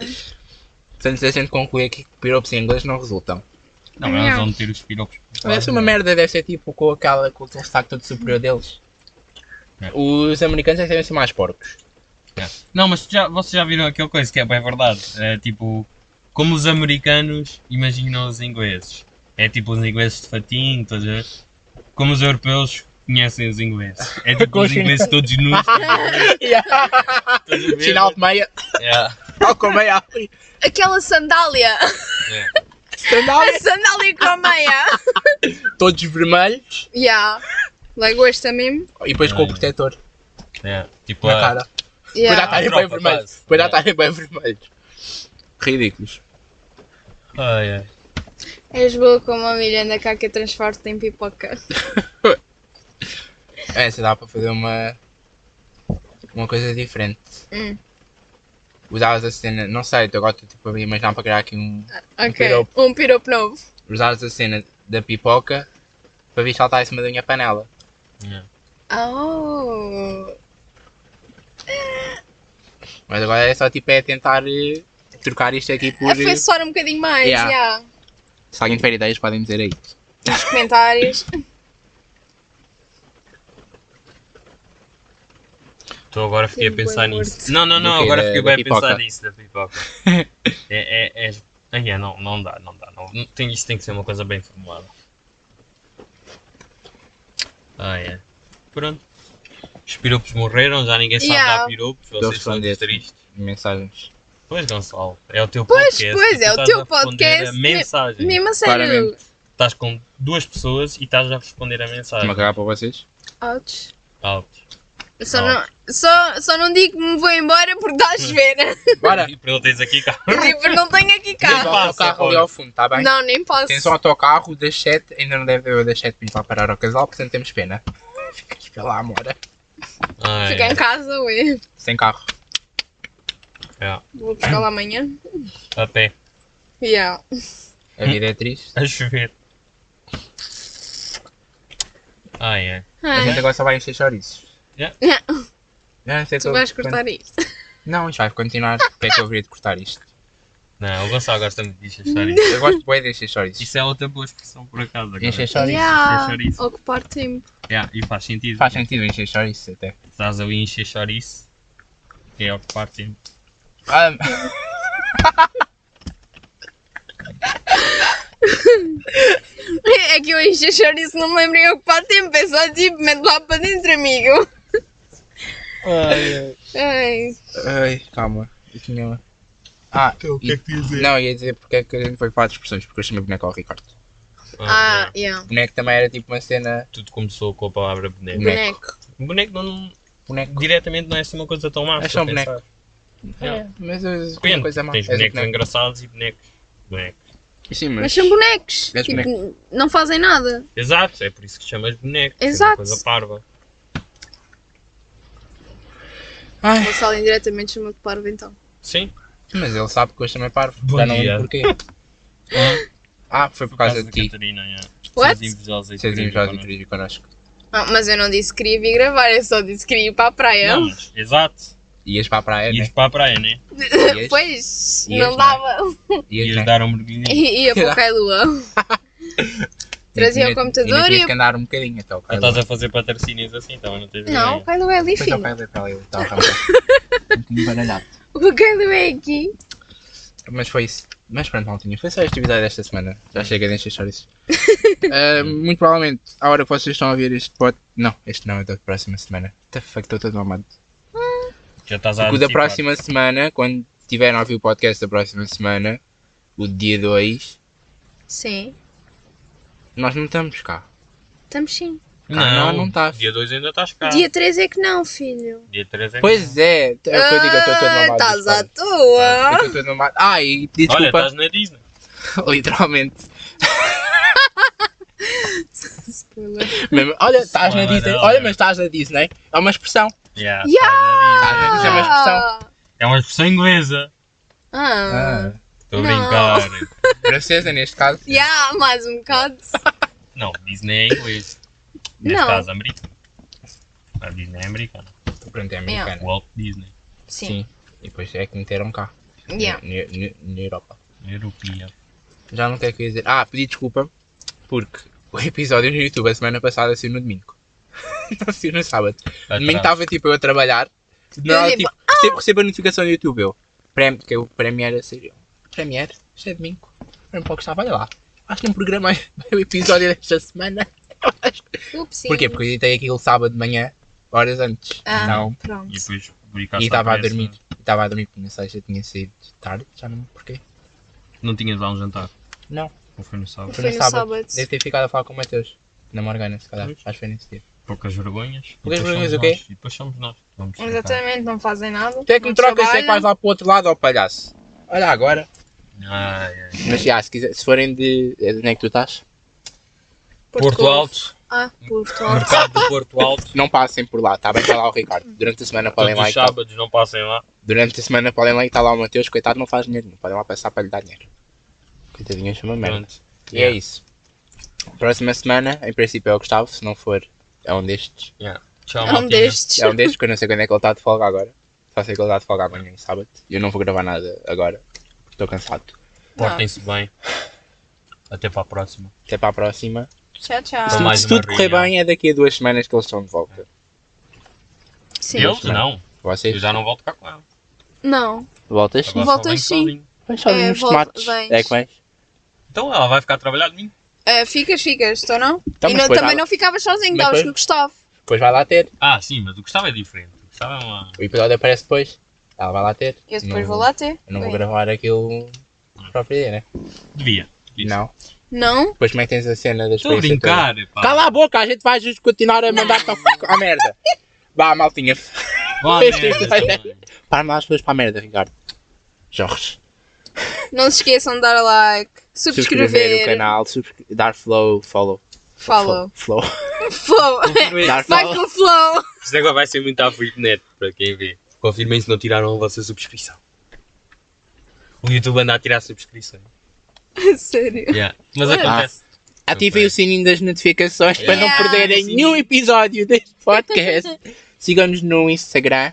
Speaker 1: Portanto, se a gente concluir aqui que piropos em inglês não resultam.
Speaker 2: Não, é eles vão meter os piropos.
Speaker 1: Deve ser
Speaker 3: um-
Speaker 1: uma merda, deve ser tipo com, aquela, com aquele sotaque todo superior deles.
Speaker 2: É.
Speaker 1: Os americanos é que devem ser mais porcos.
Speaker 2: Não, mas já, vocês já viram aquela coisa que é bem verdade. É tipo, como os americanos imaginam os ingleses. É tipo os ingleses de fatinho, estás a ver? Como os europeus conhecem os ingleses. É tipo os
Speaker 1: Coxinha.
Speaker 2: ingleses todos nus. estás a ver?
Speaker 1: Sinal de meia,
Speaker 2: Yeah.
Speaker 1: tal com meia.
Speaker 3: Aquela sandália. A
Speaker 2: é,
Speaker 1: Sandália.
Speaker 3: sandália com a meia.
Speaker 1: Todos vermelhos
Speaker 3: Yeah. Lagosta mesmo.
Speaker 1: e depois com o
Speaker 2: Ai.
Speaker 1: protetor
Speaker 2: Yeah. Tipo,
Speaker 1: na
Speaker 2: a-
Speaker 1: cara. Depois já
Speaker 3: Yeah.
Speaker 1: estarem
Speaker 2: A tropa,
Speaker 1: bem vermelhos.
Speaker 2: quase.
Speaker 1: Depois já
Speaker 2: É.
Speaker 1: estarem bem vermelhos. Ridículos.
Speaker 2: Ai, ai.
Speaker 3: És boa como a Miranda cá que transforma em pipoca.
Speaker 1: É, se dá para fazer uma. Uma coisa diferente.
Speaker 3: Hum.
Speaker 1: Usavas a cena, não sei, agora estou tipo a imaginar para criar aqui um.
Speaker 3: Ok.
Speaker 1: piropo.
Speaker 3: Um piropo novo.
Speaker 1: Usares a cena da pipoca para vir saltar em cima da minha panela.
Speaker 2: Yeah.
Speaker 3: Oh.
Speaker 1: Mas agora é só tipo é tentar eh, trocar isto aqui por. eh,
Speaker 3: Afeiçoar um bocadinho mais.
Speaker 1: Yeah.
Speaker 3: Yeah.
Speaker 1: Se alguém tiver ideias podem dizer aí.
Speaker 3: Nos comentários.
Speaker 2: Então agora fiquei a
Speaker 3: Sim,
Speaker 2: pensar
Speaker 3: boi
Speaker 2: nisso. Não, não,
Speaker 1: Do
Speaker 2: não,
Speaker 1: quê?
Speaker 2: agora
Speaker 1: Da-
Speaker 2: fiquei
Speaker 1: da
Speaker 2: bem a pensar
Speaker 1: pipoca?
Speaker 2: nisso da pipoca. é, é, é... Ah, yeah, não, não dá, não dá. Não, não- tem, isto tem que ser uma coisa bem formulada. Ah, é. Pronto. Os piropos morreram, já ninguém sabe
Speaker 3: Yeah.
Speaker 2: dar piropos,
Speaker 1: Eles
Speaker 2: vocês são
Speaker 1: respondem.
Speaker 2: tristes.
Speaker 1: Mensagens.
Speaker 2: Pois, Gonçalo, é o teu
Speaker 3: Pois,
Speaker 2: podcast.
Speaker 3: pois,
Speaker 2: e tu
Speaker 3: é o
Speaker 2: estás
Speaker 3: teu
Speaker 2: a responder
Speaker 3: podcast.
Speaker 2: A mensagem.
Speaker 3: Mesmo a sério.
Speaker 1: Claramente.
Speaker 2: Estás com duas pessoas e estás a responder a
Speaker 1: Estou-me a
Speaker 2: mensagem.
Speaker 1: cagar para vocês?
Speaker 3: Ouch.
Speaker 2: Altos.
Speaker 3: Eu Só não, só, só não digo que me vou embora porque estás a ver.
Speaker 1: Bora!
Speaker 2: E perguntei aqui, cá.
Speaker 3: tipo, não tenho aqui
Speaker 1: Tens o
Speaker 3: carro.
Speaker 2: passa,
Speaker 1: autocarro ali
Speaker 2: pode.
Speaker 1: ao fundo, está bem?
Speaker 3: Não, nem posso.
Speaker 1: Tens um autocarro das 7, ainda não deve haver o das 7 para ir lá parar ao casal, portanto temos pena. Ficas pela amora.
Speaker 2: Ah,
Speaker 3: Fica em
Speaker 2: é.
Speaker 3: casa, ué.
Speaker 1: Sem carro.
Speaker 2: É.
Speaker 3: Vou buscar lá amanhã.
Speaker 2: A pé,
Speaker 3: Yeah. É.
Speaker 1: A vida é triste.
Speaker 2: a chover. Ah, é.
Speaker 1: A gente
Speaker 3: Ai,
Speaker 1: agora só vai encher chouriços.
Speaker 2: Yeah.
Speaker 1: Eu não sei
Speaker 3: tu vais cortar isto.
Speaker 1: Não, isto vai continuar. Porque é que eu haveria de cortar isto?
Speaker 2: Não, o Gonçalo gosta muito de encher chouriços.
Speaker 1: Eu gosto bem de encher chouriços.
Speaker 2: Isso é outra boa expressão por acaso. Agora.
Speaker 1: Encher chouriços.
Speaker 3: Yeah,
Speaker 2: encher isso.
Speaker 3: Ocupar tempo.
Speaker 2: Yeah, e faz sentido.
Speaker 1: Faz sentido encher chouriços até.
Speaker 2: Estás ali a encher chouriço. Que é ocupar tempo.
Speaker 1: Ah,
Speaker 3: É que eu enchi a chouriço, não me lembro em ocupar tempo. É só tipo, mete lá para dentro, amigo. Ai,
Speaker 1: ai, calma. Eu tinha- é Ah,
Speaker 2: O
Speaker 1: que é
Speaker 2: que dizer?
Speaker 1: não, ia dizer porque é que a gente foi para as expressões, porque eu chamei boneco ao Ricardo.
Speaker 3: ah, yeah.
Speaker 1: Boneco também era tipo uma cena.
Speaker 2: Tudo começou com a palavra boneco.
Speaker 1: Boneco.
Speaker 3: Boneco.
Speaker 2: Boneco não,
Speaker 1: Boneco.
Speaker 2: diretamente não é assim uma coisa tão má.
Speaker 1: É
Speaker 2: se eu
Speaker 1: só boneco.
Speaker 2: pensar.
Speaker 1: É, mas é uma
Speaker 2: Depende,
Speaker 1: coisa má.
Speaker 2: Tens
Speaker 1: És um
Speaker 2: bonecos
Speaker 1: boneco.
Speaker 2: engraçados e bonecos. Boneco.
Speaker 1: Sim, mas.
Speaker 3: Mas
Speaker 2: é um
Speaker 3: são bonecos.
Speaker 1: És
Speaker 3: Tipo, não fazem nada.
Speaker 2: Exato, é por isso que chamas boneco. que
Speaker 3: Exato.
Speaker 2: É uma coisa parva.
Speaker 1: Ai,
Speaker 3: O Gonçalo indiretamente chamou-te parvo então.
Speaker 2: Sim.
Speaker 1: mas ele sabe que eu chamei parvo.
Speaker 2: Bom
Speaker 1: já não
Speaker 2: dia.
Speaker 1: lembro porquê. Ah, foi por causa de ti.
Speaker 2: Catarina, yeah.
Speaker 3: What?
Speaker 2: Vocês invejosos aí de
Speaker 1: Vocês iam
Speaker 2: Catarina,
Speaker 1: já
Speaker 2: não é?
Speaker 1: dirigir connosco.
Speaker 3: Ah, mas eu não disse que queria vir gravar, eu só disse que queria ir para a praia.
Speaker 2: Não, mas, exato.
Speaker 1: Ias para a praia,
Speaker 2: Ias
Speaker 1: né?
Speaker 2: para a praia, né?
Speaker 1: Ias?
Speaker 3: Pois,
Speaker 1: Ias,
Speaker 3: não
Speaker 1: não.
Speaker 3: dava.
Speaker 1: Ias,
Speaker 2: Ias
Speaker 1: né?
Speaker 2: dar um mergulhinho.
Speaker 3: E Ia para o Kailua. Trazia o
Speaker 1: Ainda-
Speaker 3: computador
Speaker 1: ainda tinhas
Speaker 3: e-
Speaker 1: que andar um bocadinho até o
Speaker 2: Já
Speaker 1: carro.
Speaker 2: estás a fazer patrocínios assim, então não tens
Speaker 3: Não, o
Speaker 2: ideia.
Speaker 3: Kailua é ali,
Speaker 1: Depois
Speaker 3: filho.
Speaker 1: ao pé da pele, eu estava a Um bocadinho baralhado.
Speaker 3: O Kailua é aqui.
Speaker 1: Mas foi isso. Mas pronto, Maltinha, foi só este episódio desta semana. Já chega de encher chouriços. Ah, muito provavelmente, à hora que vocês estão a ouvir este pod... Não, este não, é da próxima semana. What the fuck, estou todo mamado.
Speaker 2: Já estás a
Speaker 1: Porque o da
Speaker 2: antecipar.
Speaker 1: próxima semana, quando tiverem a ouvir o podcast da próxima semana, o dia 2,
Speaker 3: Sim,
Speaker 1: nós não estamos cá.
Speaker 3: estamos sim.
Speaker 1: Não, não tá. estás.
Speaker 2: Dia 2 ainda estás cá.
Speaker 3: Dia 3 é que não, filho.
Speaker 2: Dia 3 ainda.
Speaker 1: Pois é, é o que eu digo, eu estou todo
Speaker 3: Ah,
Speaker 1: mamado.
Speaker 3: Estás à
Speaker 1: sabe? Eu
Speaker 3: toa.
Speaker 1: estou todo mamado. Ah, e pedi
Speaker 2: Olha,
Speaker 1: desculpa,
Speaker 2: estás na Disney.
Speaker 1: literalmente.
Speaker 3: Spoiler.
Speaker 1: Mesmo, olha, estás na
Speaker 2: Olha,
Speaker 1: Disney.
Speaker 2: olha.
Speaker 1: Olha, mas estás na Disney. É uma expressão.
Speaker 2: Yeah,
Speaker 3: Yeah!
Speaker 2: estás na
Speaker 1: Isso é uma
Speaker 2: Disney.
Speaker 1: expressão. é.
Speaker 2: É uma expressão inglesa.
Speaker 3: Ah.
Speaker 2: Estou a
Speaker 3: Não.
Speaker 2: brincar.
Speaker 1: Francesa, neste caso.
Speaker 3: Yeah, mais um bocado.
Speaker 2: Não, Disney é inglês. Neste
Speaker 3: Não.
Speaker 2: caso, americano. A Disney é americana.
Speaker 1: Pronto, é americana.
Speaker 2: Walt Disney.
Speaker 3: Sim.
Speaker 1: Sim. E depois é que meteram cá.
Speaker 3: Yeah.
Speaker 1: Na- na- na Europa.
Speaker 2: Europeia.
Speaker 1: Já não sei o que dizer. Ah, pedi desculpa porque o episódio no YouTube a semana passada saiu no domingo. Não saiu no sábado.
Speaker 2: Vai
Speaker 1: domingo
Speaker 2: parar.
Speaker 1: estava tipo eu a trabalhar. Não,
Speaker 3: Eu,
Speaker 1: eu,
Speaker 3: tipo,
Speaker 1: tipo, recebo, recebo a notificação do YouTube eu. Prem, que o Premiere seria. Premiere? Isto é domingo. Era um pouco estava olha lá. Acho que um não programei o episódio desta semana.
Speaker 3: Ups, sim.
Speaker 1: Porquê? Porque eu editei aquilo sábado de manhã, horas antes.
Speaker 3: Ah,
Speaker 1: Então,
Speaker 3: pronto.
Speaker 2: E depois
Speaker 1: e
Speaker 2: publicaste
Speaker 1: estava a
Speaker 2: peça.
Speaker 1: dormir. Estava a dormir porque na sexta tinha saído tarde, já não lembro porquê.
Speaker 2: Não tinhas lá um jantar.
Speaker 1: Não.
Speaker 2: Ou foi no sábado.
Speaker 1: Foi
Speaker 3: Foi
Speaker 1: no
Speaker 3: no
Speaker 1: sábado.
Speaker 3: sábado.
Speaker 1: Deve ter ficado a falar com o Mateus. Na Morgana, se calhar.
Speaker 2: Pois.
Speaker 1: Acho que foi nesse dia.
Speaker 2: Poucas vergonhas.
Speaker 1: Poucas
Speaker 2: E depois
Speaker 1: vergonhas,
Speaker 2: somos
Speaker 1: o quê?
Speaker 2: nós. E depois somos nós. Vamos trocar.
Speaker 3: Exatamente, não fazem nada.
Speaker 1: Tu é que me
Speaker 3: não
Speaker 1: trocas, tu é que
Speaker 3: trabalham.
Speaker 1: vais lá para o outro lado, ó palhaço. Olha agora.
Speaker 2: Ai, ai.
Speaker 1: Mas já, se, quiser, se forem de. é de Onde é que tu estás?
Speaker 2: Porto Alto.
Speaker 3: Ah, Porto Alto.
Speaker 2: Mercado do Porto Alto.
Speaker 1: Não passem por lá, está bem? Está lá o Ricardo. Durante a semana podem
Speaker 2: Todos
Speaker 1: lá então. e
Speaker 2: os
Speaker 1: tal.
Speaker 2: sábados não passem lá.
Speaker 1: Durante a semana podem lá e está lá o Mateus, coitado, não faz dinheiro nenhum. Podem lá passar para lhe dar dinheiro. Coitadinho, chama merda.
Speaker 2: Pronto.
Speaker 1: E é isso. Próxima semana, em princípio é o Gustavo, se não for, é um destes.
Speaker 2: Tchau,
Speaker 3: É um
Speaker 2: Martinha.
Speaker 3: destes.
Speaker 1: É um destes, porque eu não sei quando é que ele está de folga agora. Só sei que ele está de folga amanhã, no sábado. E eu não vou gravar nada agora, porque estou cansado.
Speaker 2: Portem-se bem. Até para a próxima.
Speaker 1: Até para a próxima.
Speaker 3: Tchau, tchau.
Speaker 2: Então, mais
Speaker 1: se
Speaker 2: uma
Speaker 1: tudo correr
Speaker 2: reunião.
Speaker 1: bem, é daqui a duas semanas que eles estão de volta.
Speaker 3: Sim.
Speaker 2: Eles não.
Speaker 1: Vocês
Speaker 2: Eu já não volto cá com ela.
Speaker 3: Não.
Speaker 1: voltas?
Speaker 2: Agora só
Speaker 3: Voltas
Speaker 2: venho
Speaker 3: sim.
Speaker 2: sozinho.
Speaker 1: Vais só
Speaker 3: É,
Speaker 1: uns
Speaker 3: volta-
Speaker 1: tomates.
Speaker 3: vens.
Speaker 1: É que vens?
Speaker 2: Então ela vai ficar a trabalhar de mim.
Speaker 3: Ah, ficas, ficas, estou não?
Speaker 1: Então, mas
Speaker 3: e não,
Speaker 1: depois vai-
Speaker 3: também não ficavas sozinho,
Speaker 1: Mas
Speaker 3: estavas
Speaker 1: depois-
Speaker 3: com o Gustavo.
Speaker 1: Depois vai lá ter.
Speaker 2: Ah, sim, mas o Gustavo é diferente. O Gustavo é uma.
Speaker 1: O episódio aparece depois. Ela vai lá ter.
Speaker 3: Eu depois
Speaker 1: Não-
Speaker 3: vou lá ter.
Speaker 1: Eu não vou
Speaker 3: Bem.
Speaker 1: gravar aquilo no próprio dia, né?
Speaker 2: Devia. Isso.
Speaker 1: Não.
Speaker 3: Não?
Speaker 1: Depois metem a cena das
Speaker 2: Estou a brincar, pá.
Speaker 1: Cala a boca, a gente vai just- continuar a mandar para a merda. Vá, maltinha.
Speaker 2: Vá,
Speaker 1: Este
Speaker 2: merda,
Speaker 1: vai-
Speaker 2: também.
Speaker 1: Para mandar as pessoas para a merda, Ricardo. Jorge.
Speaker 3: Não se esqueçam de dar like, subscrever.
Speaker 1: Subscrever o canal, subscre- dar flow, follow.
Speaker 3: Follow.
Speaker 1: Flow.
Speaker 3: Flow.
Speaker 1: Dar
Speaker 3: Vai
Speaker 1: follow.
Speaker 3: com o flow.
Speaker 2: Isto agora é vai ser muito à frente net para quem vê. Confirmem se não tiraram a vossa subscrição. O YouTube anda a tirar subscrições.
Speaker 3: É Sério.
Speaker 2: Yeah. Mas
Speaker 3: Ué.
Speaker 2: acontece.
Speaker 1: Ativem o sininho das notificações para não
Speaker 3: Yeah.
Speaker 1: perderem
Speaker 2: Sim.
Speaker 1: nenhum episódio deste podcast. Sigam-nos no Instagram,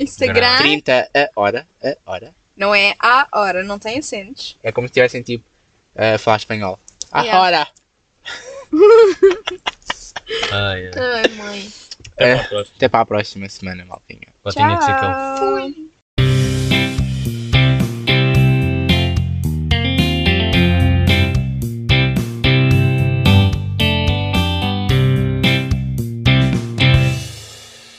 Speaker 3: Instagram.
Speaker 1: 30 a hora, a hora.
Speaker 3: Não é a hora, não tem acentos.
Speaker 1: É como se tivessem tipo a falar espanhol. A
Speaker 3: Yeah.
Speaker 1: hora!
Speaker 2: Ai, ai.
Speaker 3: Ai, mãe.
Speaker 2: Até para a próxima.
Speaker 1: eh, Até para a próxima semana, maltinha.
Speaker 2: Patinha de ciclo.
Speaker 3: Tchau.